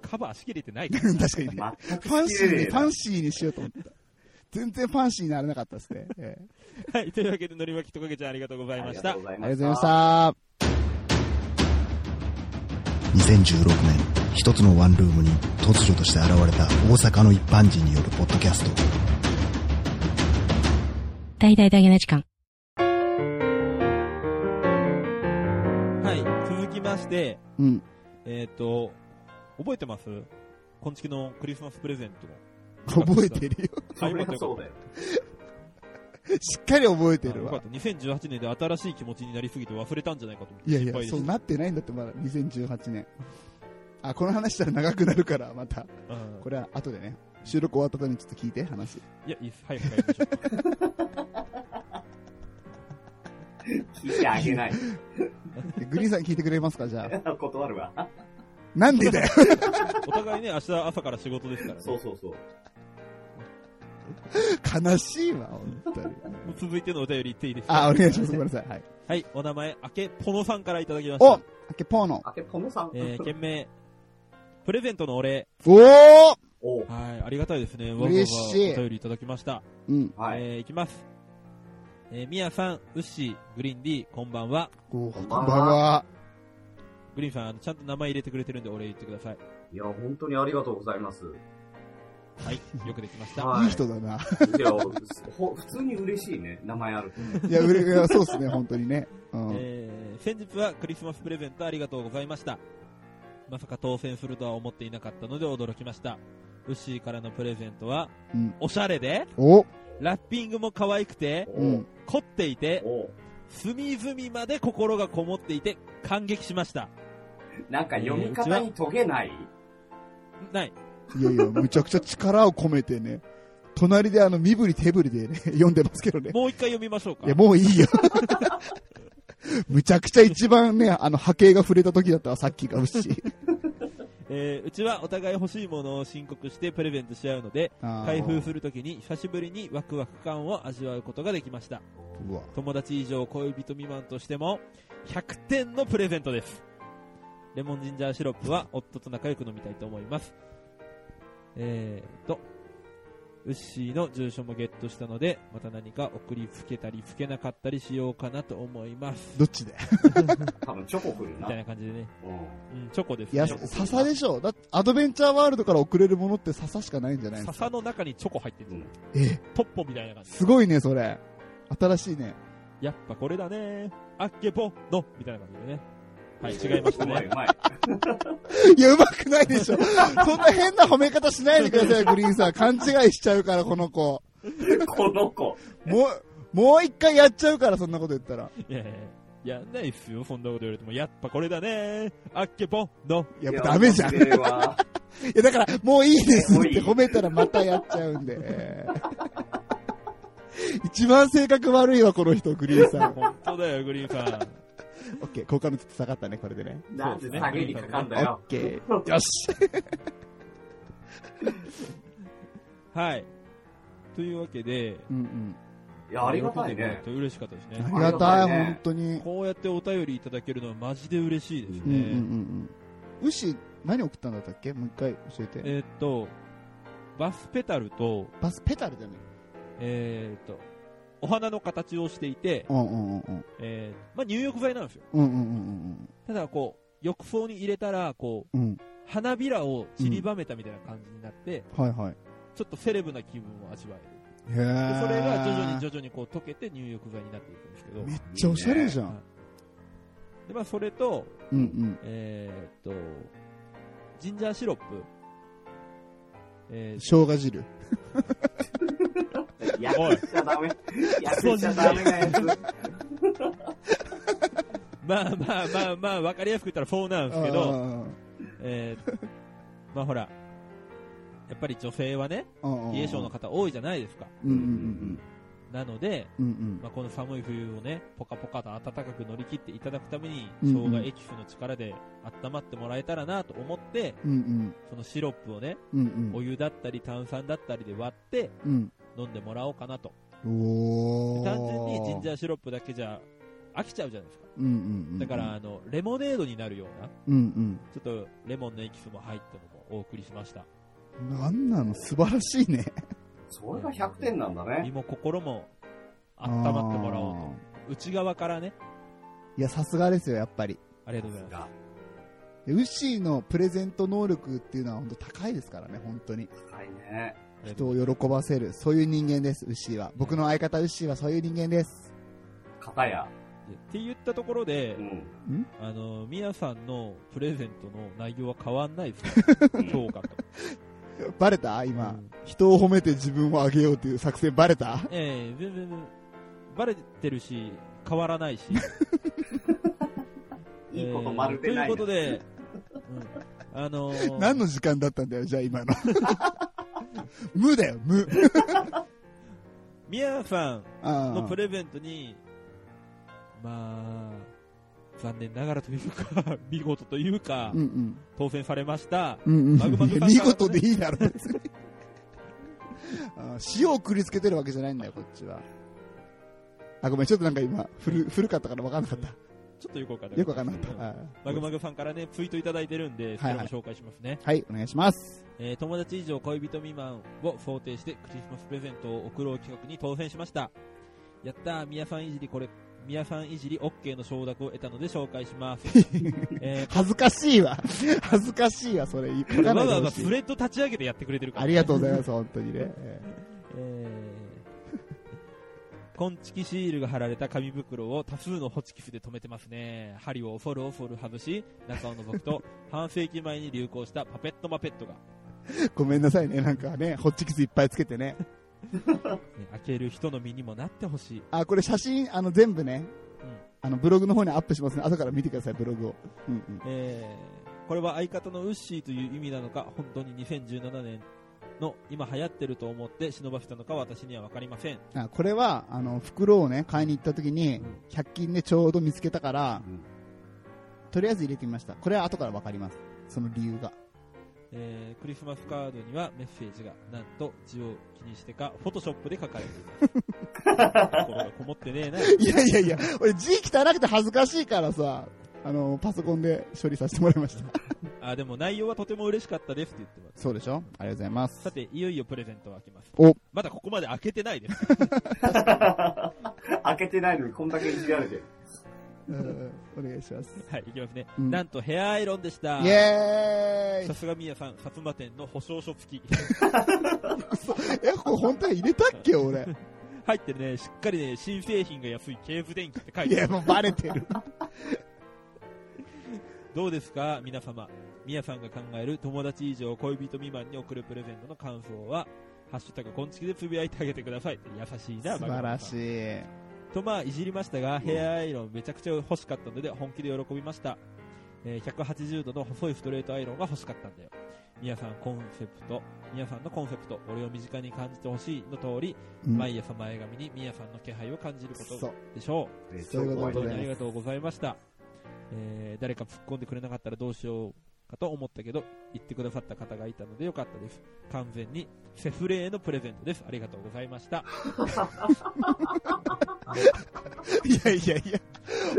Speaker 2: カバーしきれてないから。
Speaker 1: 確かにね
Speaker 3: 全 く
Speaker 1: ファンシーに、ファ
Speaker 3: ン
Speaker 1: ンシーにしようと思った。全然ファンシーにならなかったですね。え え
Speaker 2: はい、というわけで、のりまきとかけちゃんありがとうございました。
Speaker 1: ありがとうございました。
Speaker 5: 2016年一つのワンルームに突如として現れた大阪の一般人によるポッドキャスト
Speaker 6: 大々大げな時間。
Speaker 2: はい、続きまして、
Speaker 1: うん。
Speaker 2: えっ、と、覚えてます今月のクリスマスプレゼント
Speaker 1: 覚えてるよ。
Speaker 3: それ
Speaker 2: あ
Speaker 3: はそ
Speaker 2: よ
Speaker 3: う
Speaker 2: か
Speaker 3: だ
Speaker 2: っ
Speaker 3: よ。
Speaker 1: しっかり覚えて
Speaker 2: た
Speaker 1: る
Speaker 2: よかっ
Speaker 1: わ。
Speaker 2: た。2018年で新しい気持ちになりすぎて忘れたんじゃないかと思って
Speaker 1: いやい
Speaker 2: 心
Speaker 1: や
Speaker 2: 配、で
Speaker 1: そ
Speaker 2: す
Speaker 1: う。なってないんだって、まだ2018年。あ、この話したら長くなるから、また。
Speaker 2: うん
Speaker 1: これは後でね。収録終わった後にちょっと聞いて、話。
Speaker 2: いや、いいです。早く帰りましょう。
Speaker 3: 聞いてあげ ない。
Speaker 1: でグリーンさん聞いてくれますか、じゃあ。
Speaker 3: 断る わ。
Speaker 1: なんでだよ。
Speaker 2: お互いね、明日朝から仕事ですからね。
Speaker 3: そうそうそう。
Speaker 1: 悲しいわ、本当に。
Speaker 2: 続いてのお便り言っていいですか
Speaker 1: あ、お願いします。ごめんなさい。はい。
Speaker 2: はい、お名前、あけぽのさんからいただきました。
Speaker 1: おあけぽーの。
Speaker 3: あけ、ポムさん。
Speaker 2: えー、件名、プレゼントのお礼。
Speaker 1: おー
Speaker 3: おう
Speaker 2: はい、ありがたいですね。わざわざ
Speaker 1: 嬉しい
Speaker 2: お便りいただきました。
Speaker 1: うん。
Speaker 3: はい。
Speaker 2: えー、いきます。えー、ミヤさん、ウッシー、グリーン D、こんばんは。
Speaker 1: こん
Speaker 3: ば
Speaker 1: ば
Speaker 3: んは
Speaker 1: んは。
Speaker 2: グリーンさん、あのちゃんと名前入れてくれてるんでお礼言ってください。
Speaker 3: いや、本当にありがとうございます。
Speaker 2: はい、よくできました。
Speaker 3: はい
Speaker 1: いい人だな。
Speaker 3: いや、ほ 普通に嬉しいね、名前あるとね。
Speaker 1: いや、うれ、いやそうですね、本当にね。うん。
Speaker 2: えー先日はクリスマスプレゼントありがとうございましたまさか当選するとは思っていなかったので驚きましたウッシーからのプレゼントは、
Speaker 1: うん
Speaker 2: おしゃれで
Speaker 1: お
Speaker 2: ラッピングも可愛くて
Speaker 3: お
Speaker 1: うん。
Speaker 2: 凝っていて
Speaker 3: お
Speaker 2: 隅々まで心がこもっていて感激しました
Speaker 3: なんか読み方にトゲない、
Speaker 2: ない
Speaker 1: いやいや、むちゃくちゃ力を込めてね、隣であの、身振り手振りでね、読んでますけどね。
Speaker 2: もう一回読みましょうか
Speaker 1: いや、もういいよ。 むちゃくちゃ一番ね、あの、波形が触れた時だったわ、さっきが 牛。
Speaker 2: えーうちはお互い欲しいものを申告してプレゼントし合うので
Speaker 1: あ
Speaker 2: 開
Speaker 1: ー
Speaker 2: 封するときに久しぶりにワクワク感を味わうことができました
Speaker 1: うわ。
Speaker 2: 友達以上恋人未満としても100点のプレゼントですレモンジンジャーシロップは夫と仲良く飲みたいと思いますえーとウッシーの住所もゲットしたのでまた何か送りつけたりつけなかったりしようかなと思います
Speaker 1: どっちで
Speaker 3: 多分チョコくる
Speaker 2: み
Speaker 3: な。
Speaker 2: たいな感じでね、
Speaker 3: うん
Speaker 2: うん、チョコです
Speaker 1: いや、
Speaker 2: ね
Speaker 1: 笹でしょ。だって、アドベンチャーワールドから送れるものって笹しかないんじゃないの
Speaker 2: 笹の中にチョコ入ってるんじゃない
Speaker 1: え、
Speaker 2: トッポみたいな感じ
Speaker 1: すごいね、それ。新しいね。
Speaker 2: やっぱこれだねあっけぼのみたいな感じでね はい違いました
Speaker 3: うまい
Speaker 2: ね
Speaker 3: うまい。
Speaker 1: いや、うまくないでしょ。そんな変な褒め方しないでください、グリーンさん。勘違いしちゃうから、この子。
Speaker 3: この子。
Speaker 1: もう、もう一回やっちゃうから、そんなこと言ったら。
Speaker 2: いやいやいや、やんないっすよ、そんなこと言われても。やっぱこれだねあっけぽんの。
Speaker 1: いや、ダメじゃん。
Speaker 3: い
Speaker 1: い
Speaker 3: や忘れは
Speaker 1: や、だから、もういいですっ
Speaker 3: もういい
Speaker 1: て褒めたらまたやっちゃうんで。えー一番性格悪いわ、この人、グリーンさん。
Speaker 2: 本当だよ、グリーンさん。
Speaker 1: オッケー、好感度ちょっと下がったね、これでね。
Speaker 3: なんで下げにかかん
Speaker 1: オ
Speaker 3: だ
Speaker 1: ッ
Speaker 3: よ。
Speaker 1: ケー。よし。
Speaker 2: はい。というわけで、
Speaker 1: うんうん。
Speaker 3: いや、ありがたい
Speaker 2: 喜んでもら
Speaker 3: ね
Speaker 2: って。嬉しかったです
Speaker 1: あ
Speaker 2: ね
Speaker 1: り。がた
Speaker 3: ありがたい
Speaker 1: い、
Speaker 3: ね
Speaker 1: 本当に。
Speaker 2: こうやってお便りいただけるのはマジで嬉しいですね。
Speaker 1: うんうんうんうん。牛、何送ったんだったっけもう一回教えて。
Speaker 2: えーっと、バスペタルと、
Speaker 1: バスペタルだね。
Speaker 2: えーっと、お花の形をしていて、
Speaker 1: うんうんうんうん。
Speaker 2: えーまあ、入浴剤なんですよ。
Speaker 1: うんうんうん
Speaker 2: ただ、こう、浴槽に入れたら、こう、
Speaker 1: うんうん。うん。
Speaker 2: 花びらを散りばめたみたいな感じになって、
Speaker 1: はいはい。
Speaker 2: ちょっとセレブな気分を味わえ
Speaker 1: へ
Speaker 2: る。
Speaker 1: え。それ
Speaker 2: でそれが徐々に徐々にこう溶けて入浴剤になっていくんですけど、
Speaker 1: めっちゃおしゃれじゃん。
Speaker 2: でまあ、それと,、
Speaker 1: うんうん。
Speaker 2: えーっとジンジャーシロップ、えー
Speaker 1: 生姜汁。
Speaker 3: やっちゃダメ。やっちゃダメなやつ。
Speaker 2: まあまあまあまあ分かりやすく言ったらそうなんですけど、えーまあほらやっぱり女性はね
Speaker 1: うん。
Speaker 2: 冷え性の方多いじゃないですか
Speaker 1: うんうんうん
Speaker 2: なので、
Speaker 1: うん。うん
Speaker 2: まあ、この寒い冬をねポカポカと暖かく乗り切っていただくために
Speaker 1: うん
Speaker 2: 生
Speaker 1: うん
Speaker 2: 姜エキスの力で温まってもらえたらなと思って
Speaker 1: うん。うん
Speaker 2: そのシロップをね
Speaker 1: うん。うん
Speaker 2: お湯だったり炭酸だったりで割って
Speaker 1: うん。
Speaker 2: 飲んでもらおうかなと
Speaker 1: うん。おー。
Speaker 2: 単純にジンジャ
Speaker 1: ー。
Speaker 2: ーシロップだけじゃ飽きちゃうじゃないですか
Speaker 1: うんうんうん。
Speaker 2: だから、あ、のレモネードになるような
Speaker 1: うん
Speaker 2: ちょっとレモンのエキスも入ったのもお送りしました
Speaker 1: うん。なんなの素晴らしいね。
Speaker 3: それが100点なんだね
Speaker 2: 身。も心も温まってもらお
Speaker 1: あ
Speaker 2: うと内側からね
Speaker 1: ーいや、さすがですよ、やっぱり。
Speaker 2: ありがとうございます
Speaker 3: が
Speaker 1: でウッシーのプレゼント能力っていうのは本当高いですからね、本当に。
Speaker 3: 高いね。
Speaker 2: ありがと
Speaker 1: 人
Speaker 2: うご
Speaker 1: を
Speaker 2: ざい
Speaker 1: 喜ばせる、そういう人間です、ウッシーは。僕の相方ウッシーはそういう人間です。
Speaker 3: 片や。
Speaker 2: ますって言ったところで
Speaker 3: うん。
Speaker 2: あのミヤさんのプレゼントの内容は変わんないです ね評価と
Speaker 1: バレた今、
Speaker 2: うん
Speaker 1: 人を褒めて自分をあげようという作戦バレた
Speaker 2: ええ全然バレてるし変わらな いし
Speaker 3: いいことまるで
Speaker 2: えーとい
Speaker 3: ないな。
Speaker 2: うことで、うんあのー
Speaker 1: 何の時間だったんだよ、じゃあ今の。 無だよ、無。
Speaker 2: ミヤさん
Speaker 1: あ
Speaker 2: の
Speaker 1: あ
Speaker 2: プレゼントに、まあ、残念ながらというか、 見事というか、
Speaker 1: うんうん。
Speaker 2: 当選されました。
Speaker 1: うん
Speaker 2: マグ
Speaker 1: う
Speaker 2: マ
Speaker 1: ん
Speaker 2: グさん
Speaker 1: 見事でいいだろ、別に。ああ塩をくりつけてるわけじゃないんだよ、こっちは。あ、ごめん、ちょっとなんか今、古古かったから分かんなかった。
Speaker 2: ちょっとよくわかんない。
Speaker 1: よく分かんなかっ
Speaker 2: うん
Speaker 1: た。ああ
Speaker 2: マグマグさんからね、ツイートいただいてるんで、そ
Speaker 1: はい
Speaker 2: れも
Speaker 1: はい
Speaker 2: 紹介しますね。
Speaker 1: はい、お願いします。
Speaker 2: えー友達以上恋人未満を想定してクリスマスプレゼントを贈ろう企画に当選しました。やったー、宮さんいじりこれ、宮さんいじり OK の承諾を得たので紹介し ます。えー
Speaker 1: 恥ずかしいわ。恥ずかしいわ、それ。書か
Speaker 2: わ
Speaker 1: ない
Speaker 2: ざ
Speaker 1: で
Speaker 2: わ
Speaker 1: ほ
Speaker 2: ざ
Speaker 1: し
Speaker 2: ス
Speaker 1: い。
Speaker 2: レッド立ち上げてやってくれてるから。
Speaker 1: ありがとうございます、本当にね。え
Speaker 2: えー、 コンチキシールが貼られた紙袋を多数のホチキスで留めてますね。針を恐る恐る外し、中を覗くと、半世紀前に流行したパペットマペットが、
Speaker 1: えごめんなさいね、なんかね、ホッチキスいっぱいつけてね。
Speaker 2: ね開ける人の身にもなってほしい。
Speaker 1: あ、これ写真、あの、全部ね、
Speaker 2: うん
Speaker 1: あの、ブログの方にアップしますね。後から見てください、ブログを。うんうん。
Speaker 2: えーこれは相方のウッシーという意味なのか、本当に2017年の今流行ってると思って忍ばせたのか私には分かりません。
Speaker 1: あこれはあの袋をね買いに行った時に
Speaker 3: うん
Speaker 1: 100均でちょうど見つけたから、
Speaker 3: うん
Speaker 1: とりあえず入れてみましたこれは後から分かりますその理由が
Speaker 2: えークリスマスカードにはメッセージが、なんと字を気にしてか、フォトショップで書かれています。心がこもってね えな。
Speaker 1: いやいやいや俺字汚くて恥ずかしいからさあのパソコンで処理させてもらいました
Speaker 2: あ、でも内容はとても嬉しかったですって言ってます。
Speaker 1: そうでしょありがとうございます
Speaker 2: さて、いよいよプレゼントを開けます。
Speaker 1: お
Speaker 2: まだここまで開けてないです。
Speaker 3: 開けてないのにこんだけいじられてる。
Speaker 1: うんお願いします
Speaker 2: はい、いきますね。
Speaker 1: うん
Speaker 2: なんとヘアアイロンでした。
Speaker 1: イエ ー
Speaker 2: さ
Speaker 1: イ
Speaker 2: すがみやさん、薩摩店の保証書付き。
Speaker 1: えこれ本当は入れたっけ俺
Speaker 2: 入ってるね、しっかりね、新製品が安いケーブ電機って書い
Speaker 1: い
Speaker 2: てあ
Speaker 1: や
Speaker 2: る。
Speaker 1: もうバレてる
Speaker 2: どうですか、皆様。みやさんが考える友達以上恋人未満に贈るプレゼントの感想は、ハッシュタグ、こんちきでつぶやいてあげてください。優しいな、
Speaker 1: 素晴ら
Speaker 2: い。
Speaker 1: しい
Speaker 2: と、まあ、いじりましたが、ヘアアイロンめちゃくちゃ欲しかったので、本気で喜びました。えー180度の細いストレートアイロンが欲しかったんだよ。みやさんコンセプト、みやさんのコンセプト、俺を身近に感じてほしいの通り、
Speaker 1: うん
Speaker 2: 毎朝前髪にみやさんの気配を感じるこ
Speaker 1: そう
Speaker 2: とでしょう。
Speaker 3: めっちゃ
Speaker 1: そういうこ
Speaker 3: 怖
Speaker 2: 本
Speaker 1: と
Speaker 3: い
Speaker 2: 当
Speaker 1: で
Speaker 2: にありがとうございました、えー誰か突っ込んでくれなかったらどうしようかと思ったけど言ってくださった方がいたのでよかったです完全にセフレへのプレゼントですありがとうございました
Speaker 1: いやいやいや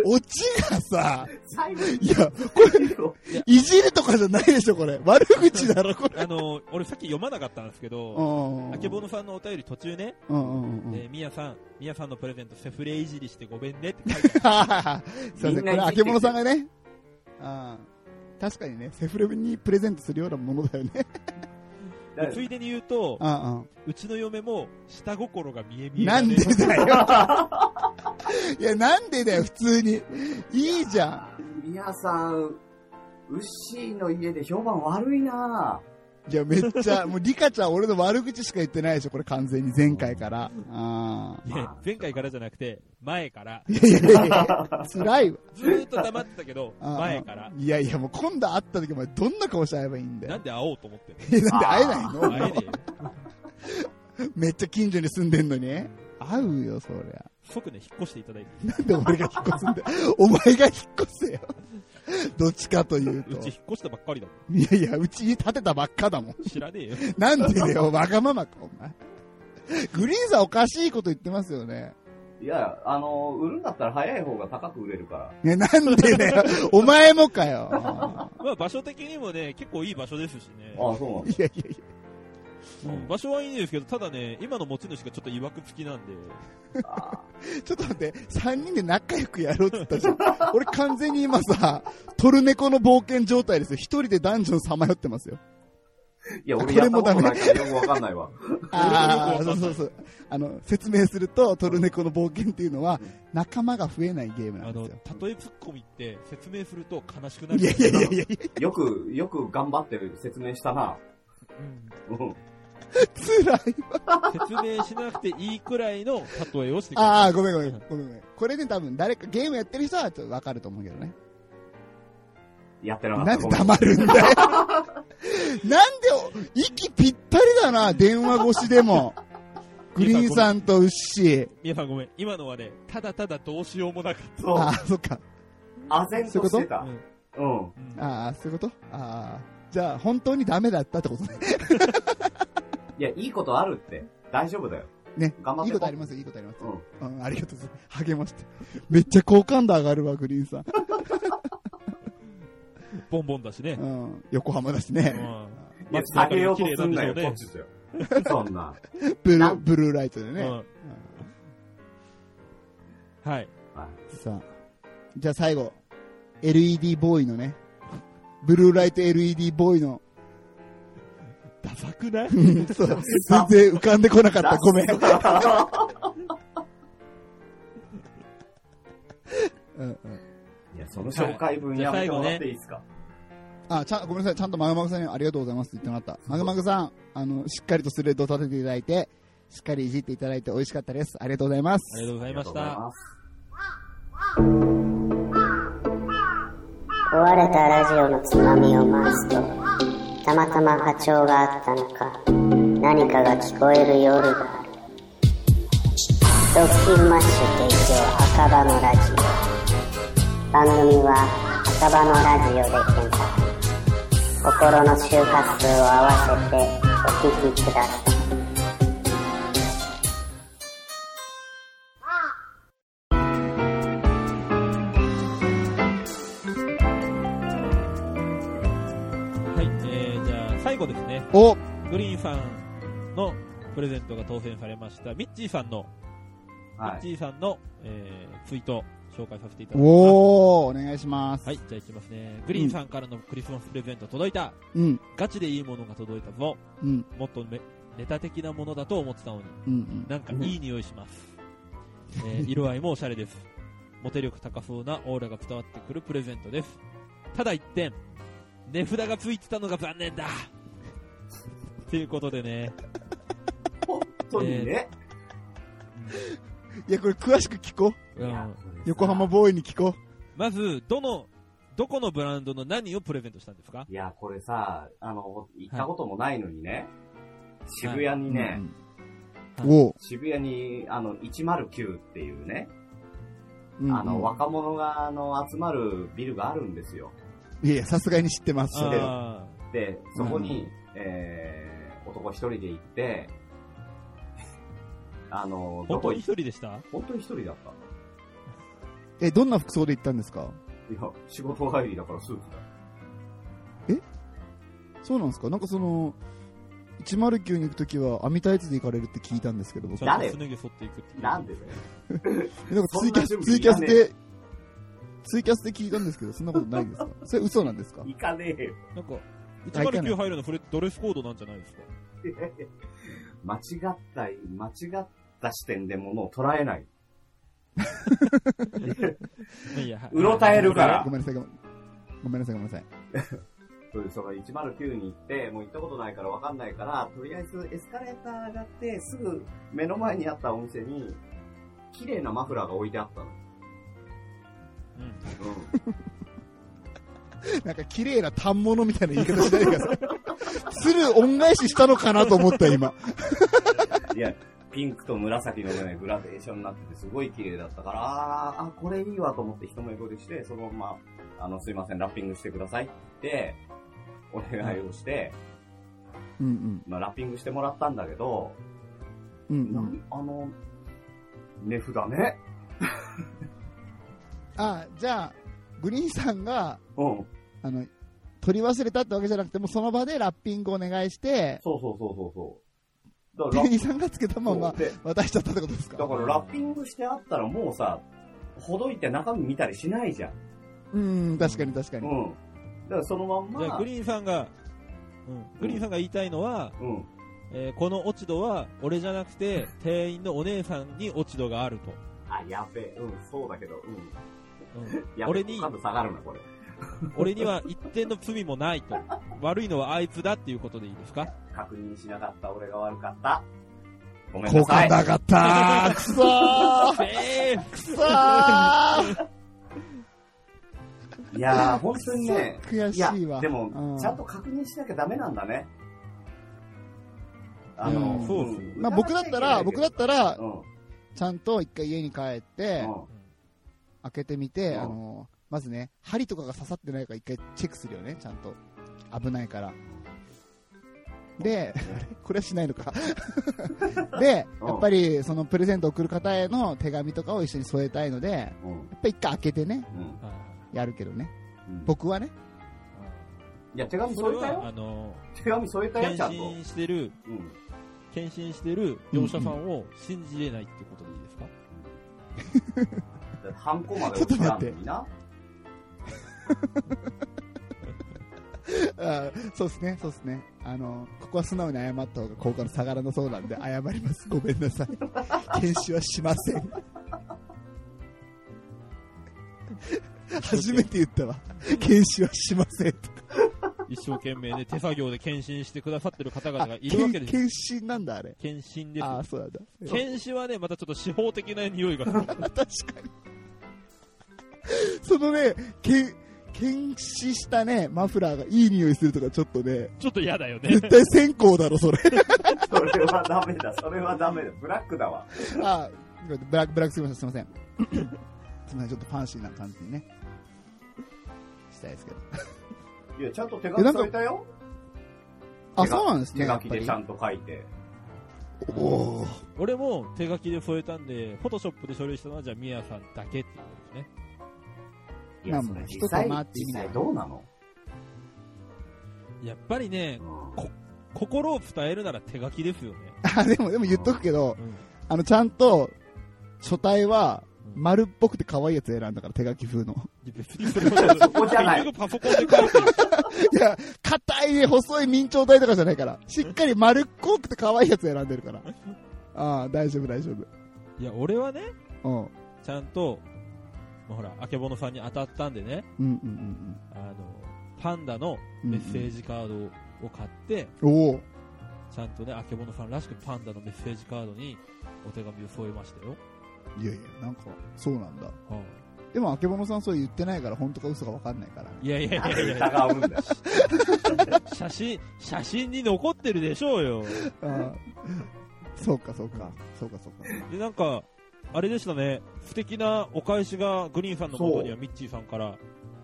Speaker 1: オチがさ
Speaker 3: 最後
Speaker 1: いやこれ
Speaker 3: にこ
Speaker 1: いじるとかじゃないでしょ、これ。悪口だろ、これ。
Speaker 2: あのー俺さっき読まなかったんですけどあけぼのさんのお便り途中ね、
Speaker 1: うんうん うん。
Speaker 2: えーみやさん、みやさんのプレゼントセフレいじりしてごめんねって書いて
Speaker 1: すいません、これ、あけぼのさんがね。あー確かにね、セフレにプレゼントするようなものだよね。
Speaker 2: あるついでに言うと、
Speaker 1: あ
Speaker 2: うちの嫁も下心が見え
Speaker 1: ー
Speaker 2: 見え
Speaker 1: なんで
Speaker 2: ね
Speaker 1: だよ。 いや、なんでだよ、普通に。いいじゃ
Speaker 3: 皆さん、ウッシーの家で評判悪いなぁ。
Speaker 1: ん。いや、めっちゃ、もう、リカちゃん俺の悪口しか言ってないでしょ、これ、完全に、前回から。あ
Speaker 2: いや前回からじゃなくて前から
Speaker 1: ーいやいやいや、辛いわ。
Speaker 2: ずーっと黙ってたけど
Speaker 1: あー
Speaker 2: 前から
Speaker 1: いやいや、もう今度会った時、お前、どんな顔して会えばいいんだよ。
Speaker 2: なんで会おうと思ってんの
Speaker 1: え なんで会えないの
Speaker 2: 会えねえよ
Speaker 1: めっちゃ近所に住んでんのに会うよ、そりゃ。
Speaker 2: 即ね、引っ越していただいて、
Speaker 1: なんで俺が引っ越すんだよ お前が引っ越せよ。どっちかという
Speaker 2: う
Speaker 1: と
Speaker 2: ち。引っ越したばっかりだ も
Speaker 1: いやいや、うちに建てたばっかだもん。
Speaker 2: ん。知らね えよ。
Speaker 1: なんでだよ、わがままか、お前。グリーンさんおかしいこと言ってますよね。
Speaker 3: いや、あの、売るんだったら早い方が高く売れるから。
Speaker 1: ね、なんでだよ、お前もかよ。
Speaker 2: まあ場所的にもね、結構いい場所ですしね。
Speaker 3: ああ、そうなんだ
Speaker 1: いやいやい
Speaker 2: うん場所はいいんですけど、ただね、今の持ち主がちょっと曰く付きなんで、
Speaker 1: や、ちょっと待って、3人で仲良くやろうって言ったじゃん。俺完全に今さ、トルネコの冒険状態ですよ。一人でダンジョンさまよってますよ。
Speaker 3: いや、
Speaker 1: こ
Speaker 3: 俺
Speaker 1: れ
Speaker 3: やった
Speaker 1: も
Speaker 3: こ
Speaker 1: ダ
Speaker 3: と
Speaker 1: メ
Speaker 3: ないからよくわかんないわ。
Speaker 1: ああ、そうそうそう。あの、説明すると、トルネコの冒険っていうのは、仲間が増えないゲームな
Speaker 2: あ
Speaker 1: んで
Speaker 2: の、
Speaker 1: すよ。
Speaker 2: たとえツッコミって説明すると悲しくなる。
Speaker 1: いやいやいやいや、
Speaker 3: よく、よく頑張って説明したな。
Speaker 2: うん
Speaker 3: うん。
Speaker 1: 辛い。
Speaker 2: 説明しなくていいくらいの例えをしてくれる
Speaker 1: ああ、ごめんごめん。ごめんごめん。これで多分、誰か、ゲームやってる人はちょっとわかると思うけどね。
Speaker 3: やってなかった。
Speaker 1: なんで
Speaker 3: ごめん
Speaker 1: 黙るんだよ。なんで、息ぴったりだな、電話越しで も。グリーンさんとウッシー。
Speaker 2: 皆さんごめん、今のはね、ただただどうしようもなかっ
Speaker 3: そう。
Speaker 1: ああ、そっか。
Speaker 3: あぜんとして
Speaker 2: た。
Speaker 3: た
Speaker 2: う。ん
Speaker 3: うん。
Speaker 2: うん
Speaker 1: ああ、そういうことああ。じゃあ、本当にダメだったってことね。
Speaker 3: いや、いいことあるって。大丈夫だよ。
Speaker 1: ね。
Speaker 3: 頑張っ
Speaker 1: い
Speaker 3: て
Speaker 1: いことありますよ、いいことあります。
Speaker 3: うん。
Speaker 1: うん、ありがとうございます。励まして。めっちゃ好感度上がるわ、グリーンさん。
Speaker 2: ボンボンだしね
Speaker 1: う。ん、横浜だしね。
Speaker 3: いや、下げようとすんなよ、こ っちだよ。そんな。
Speaker 1: ブル
Speaker 3: な
Speaker 1: ー、ブルーライトで
Speaker 2: うん
Speaker 1: ね。
Speaker 2: はい。
Speaker 3: は
Speaker 1: さあ、じゃあ最後、LED ボーイのね、ブルーライト LED ボーイの、
Speaker 2: ダサくない
Speaker 1: そう全然浮かんでこなかった、ごめん。うんうん
Speaker 3: い。いや、その紹介文やめてもらっていいですか、
Speaker 1: あ、ちゃん、ごめんなさい。ちゃんとマグマグさんにありがとうございますって言ってもらった。マグマグさん、あの、しっかりとスレッドを立てていただいて、しっかりいじっていただいて美味しかったです。ありがとうございま
Speaker 2: あり
Speaker 1: す
Speaker 2: が。とうございました。
Speaker 7: 壊れたラジオのつまみを回すとたまたま波長があったのか何かが聞こえる夜がある「ドッキンマッシュ提供赤羽のラジオ」番組は赤羽のラジオで検索心の周波数を合わせてお聞きください
Speaker 2: はい。えー、じゃあ、最後ですね。
Speaker 1: お、
Speaker 2: グリーンさんのプレゼントが当選されました。ミッチーさんの、
Speaker 3: は
Speaker 2: ミッチ
Speaker 3: い。
Speaker 2: ーさんの、えー、ツイート、紹介させていただきます。
Speaker 1: おー、お願いします。
Speaker 2: はい、じゃあいきますね。グリーンさんからのクリスマスプレゼント届いた。
Speaker 1: うん、
Speaker 2: ガチでいいものが届いたぞ。
Speaker 1: うん、
Speaker 2: もっとめネタ的なものだと思ってたのに、
Speaker 1: うん、
Speaker 2: なんかいい匂いします。えー 色合いもおしゃれです。モテ力高そうなオーラが伝わってくるプレゼントです。ただ一点、値札がついてたのが残念だ。ということでね、
Speaker 3: 本当にね。
Speaker 1: うん。いや、これ詳しく聞こう。
Speaker 2: うん
Speaker 1: 横浜ボーイに聞こ
Speaker 2: まず、どの、どこのブランドの何をプレゼントしたんですか
Speaker 3: いや、これさ、あの、行ったこともないのにね、渋谷
Speaker 1: う。
Speaker 3: にね、
Speaker 1: うんうん。おー
Speaker 3: 渋谷に、あの、109っていうね、
Speaker 1: うんうん
Speaker 3: あの、若者が、あの、集まるビルがあるんですよ。
Speaker 1: いやいや、さすがに知ってます。それは
Speaker 2: あー
Speaker 3: で、そこに、えー、男一人で行って、あの、
Speaker 2: 本
Speaker 3: どこ
Speaker 2: 当に一
Speaker 3: 行っ
Speaker 2: 人でした
Speaker 3: 本当に一人だった
Speaker 1: え、どんな服装で行ったんですか
Speaker 3: いや、仕事帰りだからスーツだ。
Speaker 1: そうなんですかなんかその、109に行くときは網タイツで行かれるって聞いたんですけど、僕。
Speaker 2: ち
Speaker 1: な
Speaker 2: ゃん
Speaker 3: 誰
Speaker 2: とすね毛剃っていくっていう。
Speaker 3: なんでだよ。
Speaker 1: んかツイキャ
Speaker 3: そ
Speaker 1: ス、
Speaker 3: んな準備
Speaker 1: ツイキャス
Speaker 3: いら
Speaker 1: で、ツイキャスで聞いたんですけど、そんなことないです かそれ嘘なんですか
Speaker 3: 行かねえよ。
Speaker 2: なんか、
Speaker 1: あいけない
Speaker 2: 109入るのそれドレスコードなんじゃないですか
Speaker 3: 間違った、間違った視点で物を捉えない。
Speaker 2: まあいいや
Speaker 3: うろたえるから
Speaker 1: ごめんなさい、ごめんごめんなさい、ごめんなさい。
Speaker 3: そうその109に行って、もう行ったことないから分かんないから、とりあえずエスカレーター上がって、すぐ目の前にあったお店に、綺麗なマフラーが置いてあったの。
Speaker 2: うん
Speaker 3: うん。
Speaker 1: なんか綺麗な反物みたいな言い方しないでくだ さい。する恩返ししたのかなと思った、今。
Speaker 3: いや、ピンクと紫のね、グラデーションになってて、すごい綺麗だったから、あーあ、これいいわと思って一目惚れして、そのまま、あの、すいません、ラッピングしてくださいって、お願いをして、
Speaker 1: うん
Speaker 3: まあ、ラッピングしてもらったんだけど、
Speaker 1: うん。うんう。
Speaker 3: なんんあの、値札ね。
Speaker 1: あ、じゃあ、グリーンさんが、
Speaker 3: うん。
Speaker 1: あの、取り忘れたってわけじゃなくて、もうその場でラッピングお願いして、
Speaker 3: そうそうそうそうそ
Speaker 1: グ
Speaker 3: う。だから
Speaker 1: リーンさんがつけたまま
Speaker 3: そ うで
Speaker 1: 渡しちゃったってことです
Speaker 3: だ
Speaker 1: か
Speaker 3: からラッピングしてあったらもうさ、ほどいて中身見たりしないじゃん。
Speaker 1: うん、確かに確か
Speaker 3: う
Speaker 1: に。
Speaker 3: ん。だからそのまん
Speaker 2: じゃあ、
Speaker 3: ま
Speaker 2: グ、リーンさんが、うん、グリーンさんが言いたいのは、
Speaker 3: うん。
Speaker 2: えーこの落ち度は、俺じゃなく て、店員のお姉さんに落ち度があると。
Speaker 3: あ、やべえ。うん、そうだけど、う
Speaker 2: う
Speaker 3: ん。
Speaker 2: ん、
Speaker 3: やべえ
Speaker 2: 俺に
Speaker 3: 感度下がるな、これ。
Speaker 2: 俺には一点の罪もないと。悪いのはあいつだっていうことでいいですか
Speaker 3: 確認しなかった俺が悪かった。ごめんな
Speaker 1: 好
Speaker 3: さ
Speaker 1: 感
Speaker 3: い
Speaker 1: 度。上がったーくそ ー
Speaker 2: え
Speaker 1: くそー
Speaker 3: いやー、本当に ね。
Speaker 1: くそ悔しいわ
Speaker 3: やで
Speaker 1: う
Speaker 3: も
Speaker 1: ん、
Speaker 3: ちゃんと確認しなきゃダメなんだね。あ
Speaker 1: う
Speaker 3: の、
Speaker 1: ん
Speaker 2: そうっすね
Speaker 1: まあ僕だったら、僕だったら
Speaker 3: た、うん。
Speaker 1: ちゃんと一回家に帰って、開けてみて、
Speaker 3: うん
Speaker 1: あの、まずね、針とかが刺さってないか一回チェックするよね、ちゃんと。危ないから。で、これはしないの か。で、
Speaker 3: うん
Speaker 1: やっぱりそのプレゼントを送る方への手紙とかを一緒に添えたいので、やっ
Speaker 3: うん。うん。
Speaker 1: ぱ一回開けてね、
Speaker 3: うん。
Speaker 1: やるけどね。
Speaker 3: うん。
Speaker 1: 僕はね。
Speaker 3: いや、手紙
Speaker 2: そ
Speaker 3: 添
Speaker 2: れ
Speaker 3: えた
Speaker 2: は、あ
Speaker 3: よ。
Speaker 2: の、
Speaker 3: 手紙添えたよ、
Speaker 2: 献
Speaker 3: ちゃんと。
Speaker 2: 身してる、
Speaker 3: うん。
Speaker 2: 献身してる業者さんを信じれないってことでいいですか、
Speaker 3: ハンコまで送らんのにな。
Speaker 1: あーそうですね、そうですね。あの、ここは素直に謝った方が効果の下がらなそうなんで、謝ります。ごめんなさい。検視はしませ ん。初めて言ったわ。 検視はしません。
Speaker 2: 一生懸命ね、手作業で検診してくださってる方々
Speaker 1: あ
Speaker 2: が、いるわ
Speaker 1: 検
Speaker 2: けです。
Speaker 1: 検視なんだ、あれ。
Speaker 2: 検診です
Speaker 1: ああ、そうなんだ。
Speaker 2: 検視はね、またちょっと司法的な匂い がする。
Speaker 1: 確かに。そのね、け検視したね、マフラーがいい匂いするとかちょっとね、
Speaker 2: ちょっと嫌だよね
Speaker 1: 絶。対線香だろ、それ。
Speaker 3: それはダメだ、それはダメだ。ブラックだわ。
Speaker 1: あ、ブラック、ブラックすぎました。すみません。 すみません、ちょっとファンシーな感じにね。したいですけど。
Speaker 3: いや、ちゃんと手書きされたよ。
Speaker 1: あ、
Speaker 3: 手が
Speaker 1: そうなんですね。
Speaker 3: 手
Speaker 1: や
Speaker 3: 書
Speaker 1: っ
Speaker 3: き
Speaker 1: ぱ
Speaker 3: で
Speaker 1: り
Speaker 3: ちゃんと書いて。
Speaker 1: おおー。
Speaker 2: 俺も手書きで添えたんで、フォトショップで処理したのは、じゃあ、ミヤさんだけっていうことですね。
Speaker 3: い
Speaker 1: ま
Speaker 3: や、
Speaker 1: あ
Speaker 3: それ
Speaker 1: 一
Speaker 3: 実際
Speaker 1: 玉、って意味
Speaker 3: 実
Speaker 1: だよ
Speaker 3: 際どうなの
Speaker 2: やっぱりね、
Speaker 3: う
Speaker 2: 心を伝えるなら手書きですよね。
Speaker 1: あ、でも、でも言っとくけど
Speaker 2: う、ん
Speaker 1: あの、ちゃんと、書体は、丸っぽくて可愛いやつ選んだから、手書き風の。
Speaker 2: いや別にそれ は
Speaker 3: そこじゃない
Speaker 2: 結局パソコンで書いてる。
Speaker 1: いや、硬いね、細い明朝体とかじゃないから、しっかり丸っこくて可愛いやつ選んでるから。ああ、大丈夫、大丈
Speaker 2: いや、俺はね、
Speaker 1: 夫。うん。
Speaker 2: ちゃんと、まあ、ほら、あけぼのさんに当たったんでね、
Speaker 1: うんうんうん
Speaker 2: あの、パンダの
Speaker 1: うん。
Speaker 2: メッセージカードを買って、
Speaker 1: うんうん。おお。
Speaker 2: ちゃんとね、あけぼのさんらしくパンダのメッセージカードにお手紙を添えましたよ。
Speaker 1: いやいや、なんか、そうなんだ。
Speaker 2: はい
Speaker 1: でも、あけぼのさんそう言ってないから、本当か嘘か分かんないからね。
Speaker 2: いやいやい
Speaker 3: なん
Speaker 2: や
Speaker 3: で
Speaker 2: いや、
Speaker 3: 疑うんだよ。
Speaker 2: 写真、写真に残ってるでしょうよ。
Speaker 1: あーそうか、そうか、そうか、そうか。
Speaker 2: で、なんか、あれでしたね、素敵なお返しがグリーンさんのことにはミッチーさんから、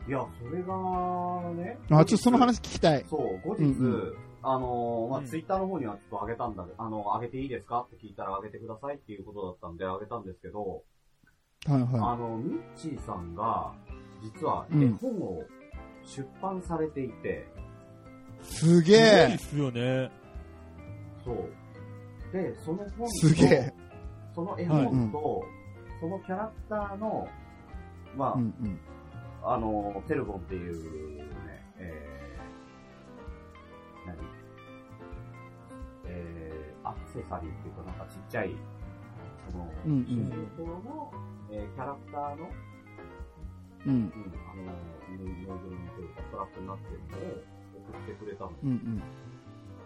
Speaker 3: いや、それがね。
Speaker 1: あ、ちょっとその話聞きたい。
Speaker 3: そう、後日、
Speaker 1: うんう
Speaker 3: あのーまあ、
Speaker 2: うん
Speaker 3: ツイッターの方にはちょっと上げたんだけど、あの、上げていいですかって聞いたら上げてくださいっていうことだったんで上げたんですけど、
Speaker 1: はいは
Speaker 3: あの、ミッチーさんが、実は
Speaker 1: うん
Speaker 3: 絵本を出版されていて、
Speaker 1: い。すげ
Speaker 2: すごいっ
Speaker 1: え。
Speaker 2: すよね。
Speaker 3: そう。で、その本と、
Speaker 1: すげえ
Speaker 3: その絵本と、そのキャラクターの、まあ、
Speaker 1: うんうん。
Speaker 3: あの、テルボンっていうね、えー、何えー、アクセサリーっていうか、なんかちっちゃい、その、
Speaker 1: うんうん
Speaker 3: 主人公の、えーキャラクターの、
Speaker 1: うん
Speaker 3: うん、あの、ぬいぐるみというか、トラップになってるのを送ってくれたの。
Speaker 1: うん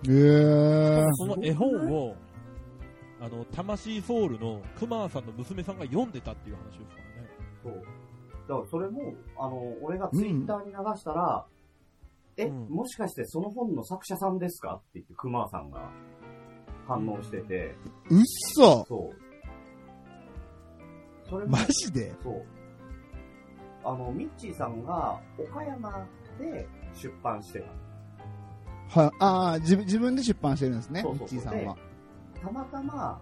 Speaker 1: うん。ええ。
Speaker 2: その絵本を、あの、魂ソウルのクマーさんの娘さんが読んでたっていう話ですからね。
Speaker 3: そう。だからそれも、あの、俺がツイッターに流したら、え、
Speaker 2: うん
Speaker 3: もしかしてその本の作者さんですかって言って、クマさんが反応してて、
Speaker 1: うっそ
Speaker 3: そう。それも
Speaker 1: マ、ジで
Speaker 3: そう。あの、ミッチーさんが岡山で出版してた。
Speaker 1: は、ああ、自分自分で出版してるんですね、
Speaker 3: そ
Speaker 1: ミ
Speaker 3: うそ
Speaker 1: ッ
Speaker 3: う
Speaker 1: チ
Speaker 3: そう
Speaker 1: ーさんは。
Speaker 3: たまたま、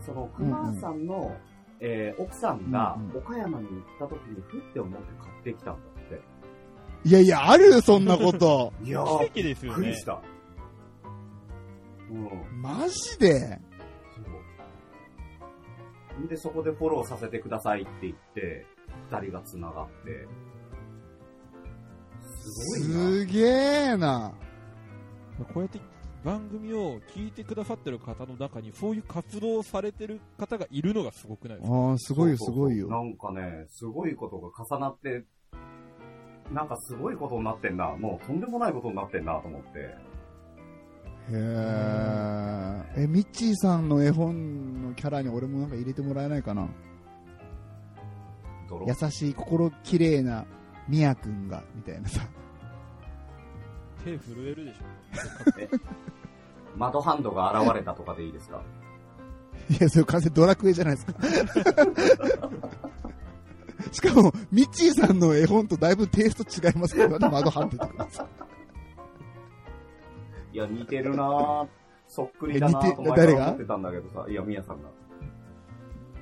Speaker 3: その、熊さんの、えー奥さんが
Speaker 1: うんう
Speaker 3: 岡山に行った時にふって思って買ってきたんだって。
Speaker 1: いやいや、あるそんなこと。
Speaker 3: いや
Speaker 2: 奇
Speaker 3: ー、
Speaker 2: 跡です
Speaker 3: びっ
Speaker 2: よ
Speaker 3: く
Speaker 2: ね
Speaker 3: りし。た。うん、
Speaker 1: マジで
Speaker 3: そう。で、そこでフォローさせてくださいって言って、二人が繋がって。すごいな。
Speaker 1: すげえな。
Speaker 2: こうやって番組を聞いてくださってる方の中に、そういう活動をされてる方がいるのがすごくないですか
Speaker 1: ああ、すごいよ、
Speaker 3: そう
Speaker 1: す
Speaker 3: そうそう
Speaker 1: ごいよ。
Speaker 3: なんかね、すごいことが重なって、なんかすごいことになってんな。もうとんでもないことになってんなと思って。
Speaker 1: へえ。え、ミッチーさんの絵本のキャラに俺もなんか入れてもらえないかな
Speaker 3: 泥
Speaker 1: 優しい、心きれいな、みやくんが、みたいなさ。
Speaker 2: 手震えるでしょ。
Speaker 3: マドハンドが現れたとかでいいですか
Speaker 1: いや、それ完全にドラクエじゃないですか。しかも、ミッチーさんの絵本とだいぶテイスト違いますけど、まだ窓張っててください。
Speaker 3: いや、似てるなぁ。そっくりだなぁと
Speaker 1: え似て
Speaker 3: 前から思ってたんだけどさ。いや、みやさんが。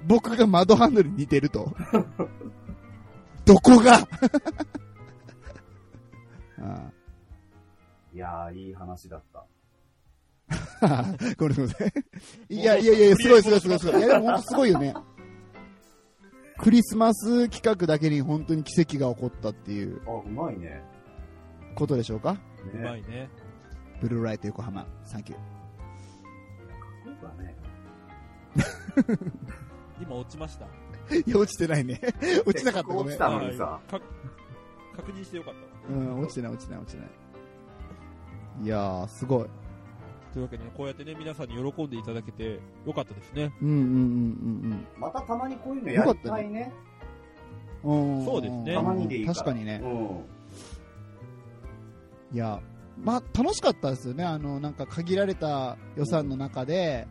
Speaker 1: 僕が窓ハンドルに似てると。どこが あ
Speaker 3: いやー、いい話だった。
Speaker 1: あごめんなさい。いやいやいや、すごいすごいすごいすごい。いや、でも本当すごいよね。クリスマス企画だけに本当に奇跡が起こったっていう
Speaker 3: あ、うまいね。
Speaker 1: ことでしょうか
Speaker 2: うまいね。
Speaker 1: ブルーライト横浜、サンキュー。
Speaker 3: そうだね。
Speaker 2: 今落ちました。
Speaker 1: いや、落ちてない ね。落ちなかった、ごめ
Speaker 3: 落ち
Speaker 1: ん。
Speaker 3: たのにさ
Speaker 2: はいか確認してよかったわ。
Speaker 1: うん、落ちてない、落ちてない、落ちてない。いやー、すごい。
Speaker 2: というわけでね、こうやってね、皆さんに喜んでいただけてよかったですね。
Speaker 1: うんうんうん
Speaker 3: またたまにこういうのやりたいね。
Speaker 1: うんうん。ん
Speaker 2: そうですね
Speaker 3: たまにでいいから
Speaker 1: 確かにね。
Speaker 3: うん。
Speaker 1: いや、まあ、楽しかったですよね。あの、なんか限られた予算の中で、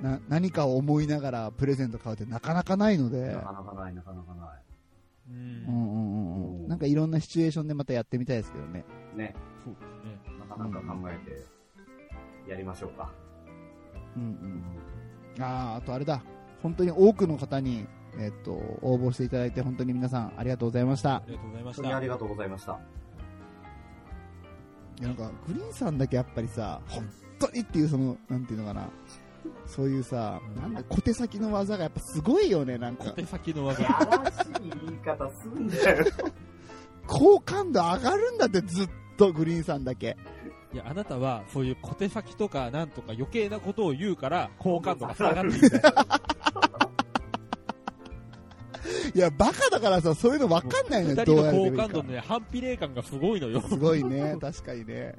Speaker 1: な何かを思いながらプレゼント買うってなかなかないので
Speaker 3: な、かなかない、なかなかな
Speaker 2: う。
Speaker 1: うんんうんうんうん。なんかいろんなシチュエーションでまたやってみたいですけどね。
Speaker 3: い。ね。
Speaker 2: そうですね。
Speaker 3: なかなか考えて、やりましょうか。
Speaker 1: うんうん。ああ、あとあれだ。本当に多くの方に、えっと、応募していただいて、本当に皆さんありがとうございました
Speaker 2: あ。りがとうございま
Speaker 3: 本
Speaker 2: し
Speaker 3: 当にあ
Speaker 2: た
Speaker 3: り。がとうございました。
Speaker 1: いやなんか、グリーンさんだけやっぱりさ、本当にっていう、その、なんていうのかな。そういうさ、なんだ、小手先の技がやっぱすごいよね、なん
Speaker 2: 小
Speaker 1: か。
Speaker 2: 手先の技。
Speaker 3: やらしい言い方すんだよ。
Speaker 1: 好感度上がるんだって、ずっとグリーンさんだけ。
Speaker 2: いや、あなたは、そういう小手先とか、なんとか余計なことを言うから、好感度が下がっていく。
Speaker 1: いや、バカだからさ、そういうの分かんないの
Speaker 2: 二
Speaker 1: よ、
Speaker 2: 人
Speaker 1: どう
Speaker 2: の
Speaker 1: やって
Speaker 2: 好
Speaker 1: もいい
Speaker 2: 感
Speaker 1: か
Speaker 2: 度の。ね、反比例感がすごいのよ。
Speaker 1: すごいね、確かにね。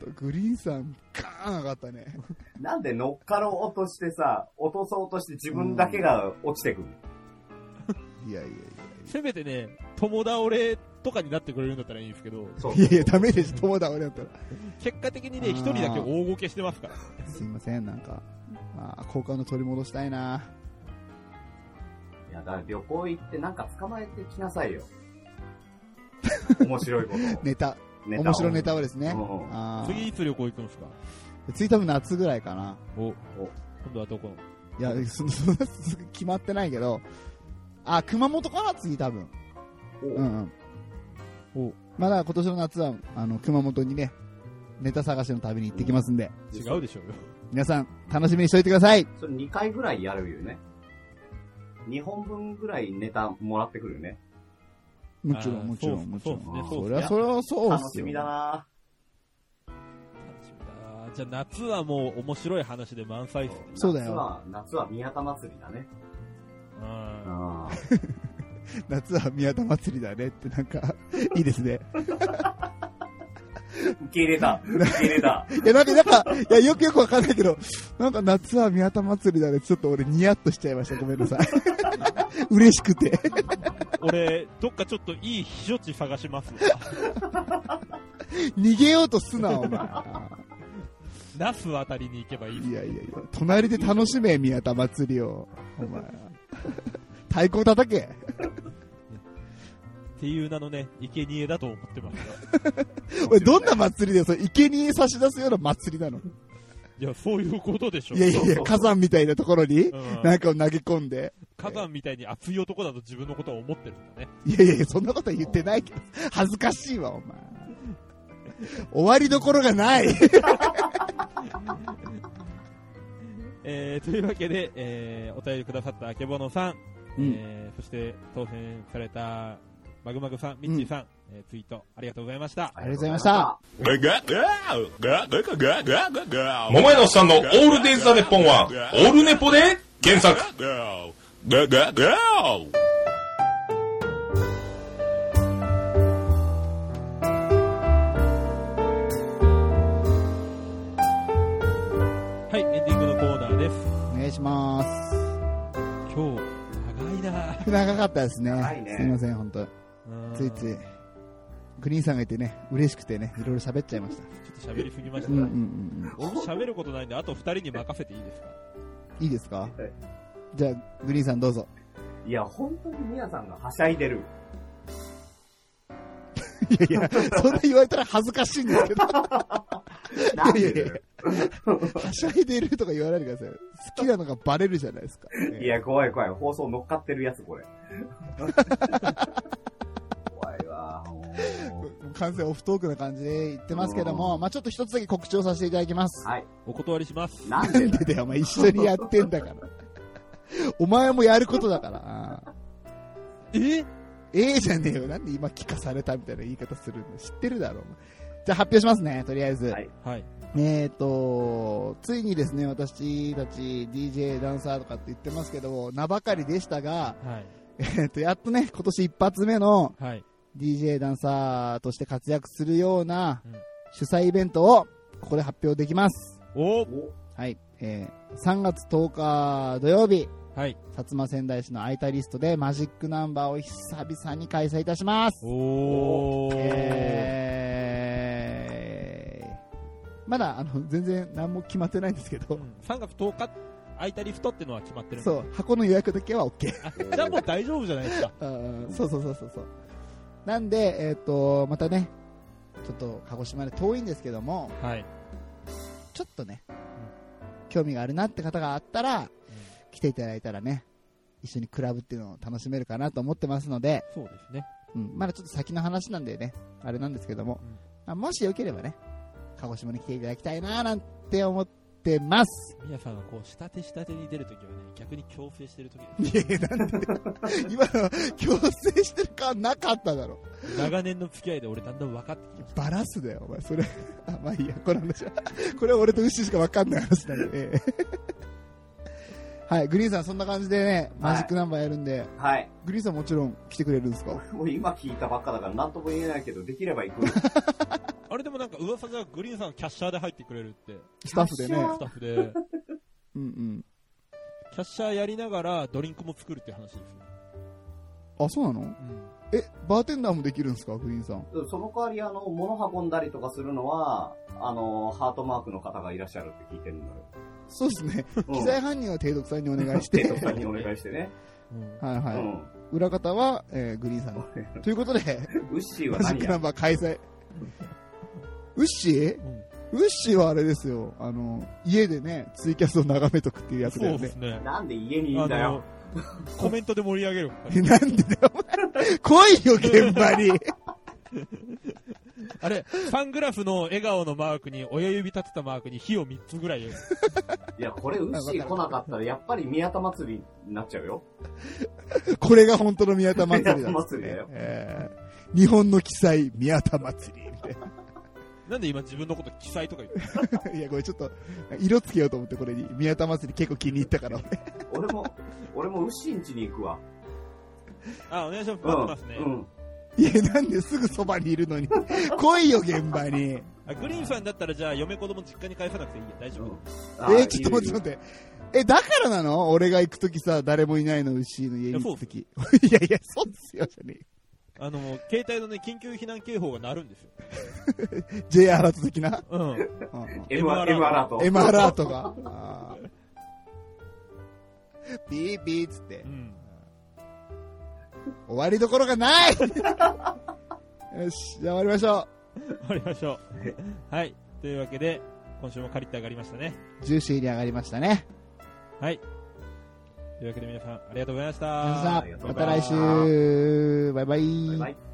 Speaker 1: ほんとグリーンさん、ガーン上がったね。
Speaker 3: なんで乗っかろうとしてさ、落とそうとして自分だけが落ちて くる。
Speaker 1: いやいやい
Speaker 2: せめてね、友倒れとかになってくれるんだったらいいんですけど、
Speaker 3: そう。
Speaker 1: や。いやいや、ダメでしょ、友達俺だったら。
Speaker 2: 結果的に
Speaker 1: あ
Speaker 2: ね、
Speaker 1: ー
Speaker 2: 一人だけ大ごけしてますから。
Speaker 1: すいません、なんか、まあ、好感度取り戻したいな。
Speaker 3: いや、だから旅行行ってなんか捕まえてきな さいよ。面白いことを。
Speaker 1: ネタ、
Speaker 3: ネタを
Speaker 1: 面白いネタをですね。
Speaker 3: うん
Speaker 1: あー
Speaker 2: 次いつ旅行行くんですか
Speaker 1: 次多分夏ぐらいかな。
Speaker 2: お、お、今度はどこ
Speaker 1: いや、 そそんな決まってないけど、あ、熊本かな、次多分。
Speaker 3: お
Speaker 1: うんうん。
Speaker 2: お
Speaker 1: まだ今年の夏は、あの、熊本にね、ネタ探しの旅に行ってきますんで、
Speaker 2: 違うでしょうよ。
Speaker 1: 皆さん、楽しみにしておいてください。
Speaker 3: それ2回ぐらいやるよね。2本分ぐらいネタもらってくるよね。
Speaker 1: もちろ
Speaker 2: あ
Speaker 1: ん、
Speaker 2: ー
Speaker 1: もちろん、
Speaker 2: そうっ
Speaker 1: も
Speaker 2: す
Speaker 1: ちろん。
Speaker 2: そうっ
Speaker 1: そり
Speaker 2: すねそうっすね
Speaker 1: ゃ、それはそうっ
Speaker 3: 楽
Speaker 1: す
Speaker 3: し
Speaker 1: よ
Speaker 3: みだな
Speaker 2: 楽しみだなじゃあ夏はもう面白い話で満載っすね。
Speaker 1: そうだよ
Speaker 3: 夏は、夏は宮田祭りだね。
Speaker 2: うん。
Speaker 3: あ
Speaker 1: 夏は宮田祭りだねって、なんか、 いいですね。
Speaker 3: 受け入れた。受け入れた。
Speaker 1: いや、なんか、なんか、いや、よくよくわかんないけど、なんか夏は宮田祭りだね。ちょっと俺、ニヤッとしちゃいました。ごめんなさい。 嬉しくて。
Speaker 2: 俺、どっかちょっといい避暑地探しますわ。
Speaker 1: 逃げようとすな、お前。
Speaker 2: ナスあたりに行けばいいっす
Speaker 1: いやいやいや、隣で楽しめ、宮田祭りを。お前。太鼓叩け。
Speaker 2: っていう名のね、生贄だと思ってます よ。
Speaker 1: おい、どんな祭りだよ。それ、生贄差し出すような祭りなの。
Speaker 2: いや、そういうことでしょ。
Speaker 1: いやいやい
Speaker 3: そ
Speaker 1: や、
Speaker 3: う
Speaker 1: 火山みたいなところに
Speaker 2: う、、
Speaker 1: なんんかを投げ込んで。
Speaker 2: 火山みたいに熱い男だと自分のことを思ってるんだね。
Speaker 1: いやいやいや、そんなことは言ってないけど、恥ずかしいわ、お前。終わりどころがない。
Speaker 2: えー、というわけで、えー、お便りくださったあけぼのさん、
Speaker 1: うん
Speaker 2: えー、そして当選されたマグマグさん、ミッチーさん、えーツイートありがとうございました。
Speaker 1: ありがとうございました。
Speaker 8: 桃屋のおっさんのオールデイズ・ザ・ネッポンは、オールネポで検索。
Speaker 2: はい、エンディングのコーナーです。
Speaker 1: お願いします。
Speaker 2: 今日、長いなぁ
Speaker 1: 長かったですね。
Speaker 3: 長いね
Speaker 1: すいません、本当
Speaker 2: うん
Speaker 1: ついつい。グリーンさんがいてね、嬉しくてね、いろいろ喋っちゃいました。
Speaker 2: ちょっと喋りすぎまし
Speaker 1: う
Speaker 2: た
Speaker 1: んうんう
Speaker 2: が、
Speaker 1: ん
Speaker 2: 僕喋ることないんで、あと二人に任せていいですか
Speaker 1: うん。いいですかじゃあ、グリーンさんどうぞ。
Speaker 3: いや、本当に宮さんがはしゃいでる。
Speaker 1: いやいや、そんな言われたら恥ずかしいんですけど、は
Speaker 3: なん
Speaker 1: いや
Speaker 3: で
Speaker 1: いやい
Speaker 3: だ
Speaker 1: や
Speaker 3: よ
Speaker 1: しゃいでいるとか言わないでください。好きなのがバレるじゃないですか。
Speaker 3: いや、怖い怖い。放送乗っかってるやつ、これ。怖いわ。もう
Speaker 1: 完全オフトークな感じで言ってますけども、まあちょっと一つだけ告知をさせていただきます。
Speaker 3: はい。
Speaker 2: お断りします。
Speaker 3: なん
Speaker 1: な
Speaker 3: で
Speaker 1: ん
Speaker 3: だ
Speaker 1: でだ
Speaker 3: よ。
Speaker 1: よ、お前一緒にやってんだから。お前もやることだから。あ
Speaker 2: え
Speaker 1: ええじゃねえよ。なんで今聞かされたみたいな言い方するの知ってるだろう。じゃあ発表しますね、とりあえず。
Speaker 3: はい
Speaker 2: はい。
Speaker 1: えーと、ついにですね、私たち DJ、ダンサーとかって言ってますけども、名ばかりでしたが、
Speaker 2: は
Speaker 1: え
Speaker 2: い。
Speaker 1: ーと、やっとね、今年一発目の
Speaker 2: はい。
Speaker 1: DJ、ダンサーとして活躍するような
Speaker 2: うん
Speaker 1: 主催イベントを、ここで発表できます。
Speaker 2: お
Speaker 1: はい。えー3月10日土曜日、
Speaker 2: はい。
Speaker 1: 薩摩仙台市のアイタリストでマジックナンバーを久々に開催いたします。
Speaker 2: おー。
Speaker 1: えーまだあの全然何も決まってないんですけど、
Speaker 2: うん3月10日、空いたリフトってのは決まってる。
Speaker 1: そうう箱の予約だけは OK
Speaker 2: あじゃあもう大丈夫じゃないですか。
Speaker 1: うんそうそうそうそうそうなんで、えっとまたねちょっと鹿児島で遠いんですけども
Speaker 2: はい。
Speaker 1: ちょっとね、興味があるなって方があったら、来ていただいたらね一緒にクラブっていうのを楽しめるかなと思ってますので、
Speaker 2: そうですね。
Speaker 1: うん、まだちょっと先の話なんでねあれなんですけども、
Speaker 2: うん
Speaker 1: まあもしよければね鹿児島に来ていただきたいななんて思ってます
Speaker 2: 皆さんがこう、下手下手に出るときはね、逆に強制してるとき
Speaker 1: いやいや、なんでだよ今の強制してる感なかっただろ。
Speaker 2: 長年の付き合いで俺だんだん分かってきました。
Speaker 1: バラすだよ、お前。それ。 あ、まあいいや、この話は。 これは俺とウッシーしか分かんない話なんで。え えはい、グリーンさんそんな感じでね、マジックナンバーやるんで、
Speaker 3: はい。
Speaker 1: グリーンさんもちろん来てくれるんですか
Speaker 3: もう今聞いたばっかだから何とも言えないけど、できれば行く。
Speaker 2: あれでもなんか噂じゃグリーンさんがキャッシャーで入ってくれるって、
Speaker 1: スタッフでね。
Speaker 2: スタッフで。
Speaker 1: うんうん。
Speaker 2: キャッシャーやりながらドリンクも作るっていう話ですよ。
Speaker 1: あ、そうなのえ、バーテンダーもできるんですかグリーンさん。
Speaker 3: その代わり、あの、物運んだりとかするのは、あの、ハートマークの方がいらっしゃるって聞いてるんだよ。
Speaker 1: そうですね。
Speaker 3: うん
Speaker 1: 機材犯人は低毒さんにお願いし
Speaker 3: 生徒
Speaker 1: て。
Speaker 3: さんにお願いしてね。
Speaker 2: うん
Speaker 1: はいは
Speaker 3: う
Speaker 1: い。
Speaker 3: ん。
Speaker 1: 裏方は、えーグリーンさん。ということで、
Speaker 3: ウッシーは
Speaker 1: マジッ
Speaker 3: 何
Speaker 1: クナ
Speaker 3: や
Speaker 1: ンバー開催。ウッシーウッシーはあれですよ、あの、家でね、ツイキャスを眺めとくっていうやつだ
Speaker 2: そ
Speaker 1: よ
Speaker 2: うで
Speaker 1: ね
Speaker 2: す。ね。
Speaker 3: なんで家にいんだよ。
Speaker 2: あの、コメントで盛り上 げる。
Speaker 1: なんでだよ、お前。来いよ、現場 に。
Speaker 2: あれ、サングラフの笑顔のマークに、親指立てたマークに火を3つぐらい。
Speaker 3: いや、これウッシー来なかったら、やっぱり宮田祭りになっちゃうよ。
Speaker 1: これが本当の宮田祭りだ、
Speaker 3: 宮田祭りだよ
Speaker 1: えー日本の記載、宮田祭り。み たい
Speaker 2: なんで今自分のこと記載とか言ってる
Speaker 1: ないや、これちょっと、色つけようと思って、これに。宮田祭り結構気に入ったから、俺
Speaker 3: 俺も、俺もウッシーん家に行くわ。
Speaker 2: あ、お願いします。
Speaker 3: うん。
Speaker 2: 待ってますね
Speaker 3: う。ん。
Speaker 1: いや、なんですぐそばにいるのに。来いよ、現場に。
Speaker 2: あグリーンさんだったらじゃあ嫁子供実家に返さなくていいや、大丈
Speaker 3: う
Speaker 2: 夫
Speaker 3: ん。
Speaker 1: え
Speaker 3: あー
Speaker 1: ーちょっと待っ
Speaker 3: い
Speaker 1: て
Speaker 3: いよ
Speaker 1: 待って。え、だからなの俺が行くときさ、誰もいないの、牛の家に行くとき。い やいや、そうですよ、じゃねえ
Speaker 2: あの、携帯のね、緊急避難警報が鳴るんですよ。
Speaker 1: J アラート的な、
Speaker 2: うん。
Speaker 1: うん、
Speaker 3: いいよ M ア M アラート。
Speaker 1: M アラートが。あービービーっつって
Speaker 2: う、ん。
Speaker 1: 終わりどころが ないよし、じゃあ終わりましょ
Speaker 2: 終わりましょう。はい。というわけで、今週も借りて上がりましたね。
Speaker 1: う。ジューシーに上がりましたね。
Speaker 2: はい。というわけで皆さん、ありがとうございました。
Speaker 1: さあ
Speaker 3: りがとう
Speaker 1: ま
Speaker 3: ご
Speaker 1: た
Speaker 3: ざ
Speaker 1: 来
Speaker 3: いました
Speaker 1: 週。バイバイ
Speaker 3: バイバイ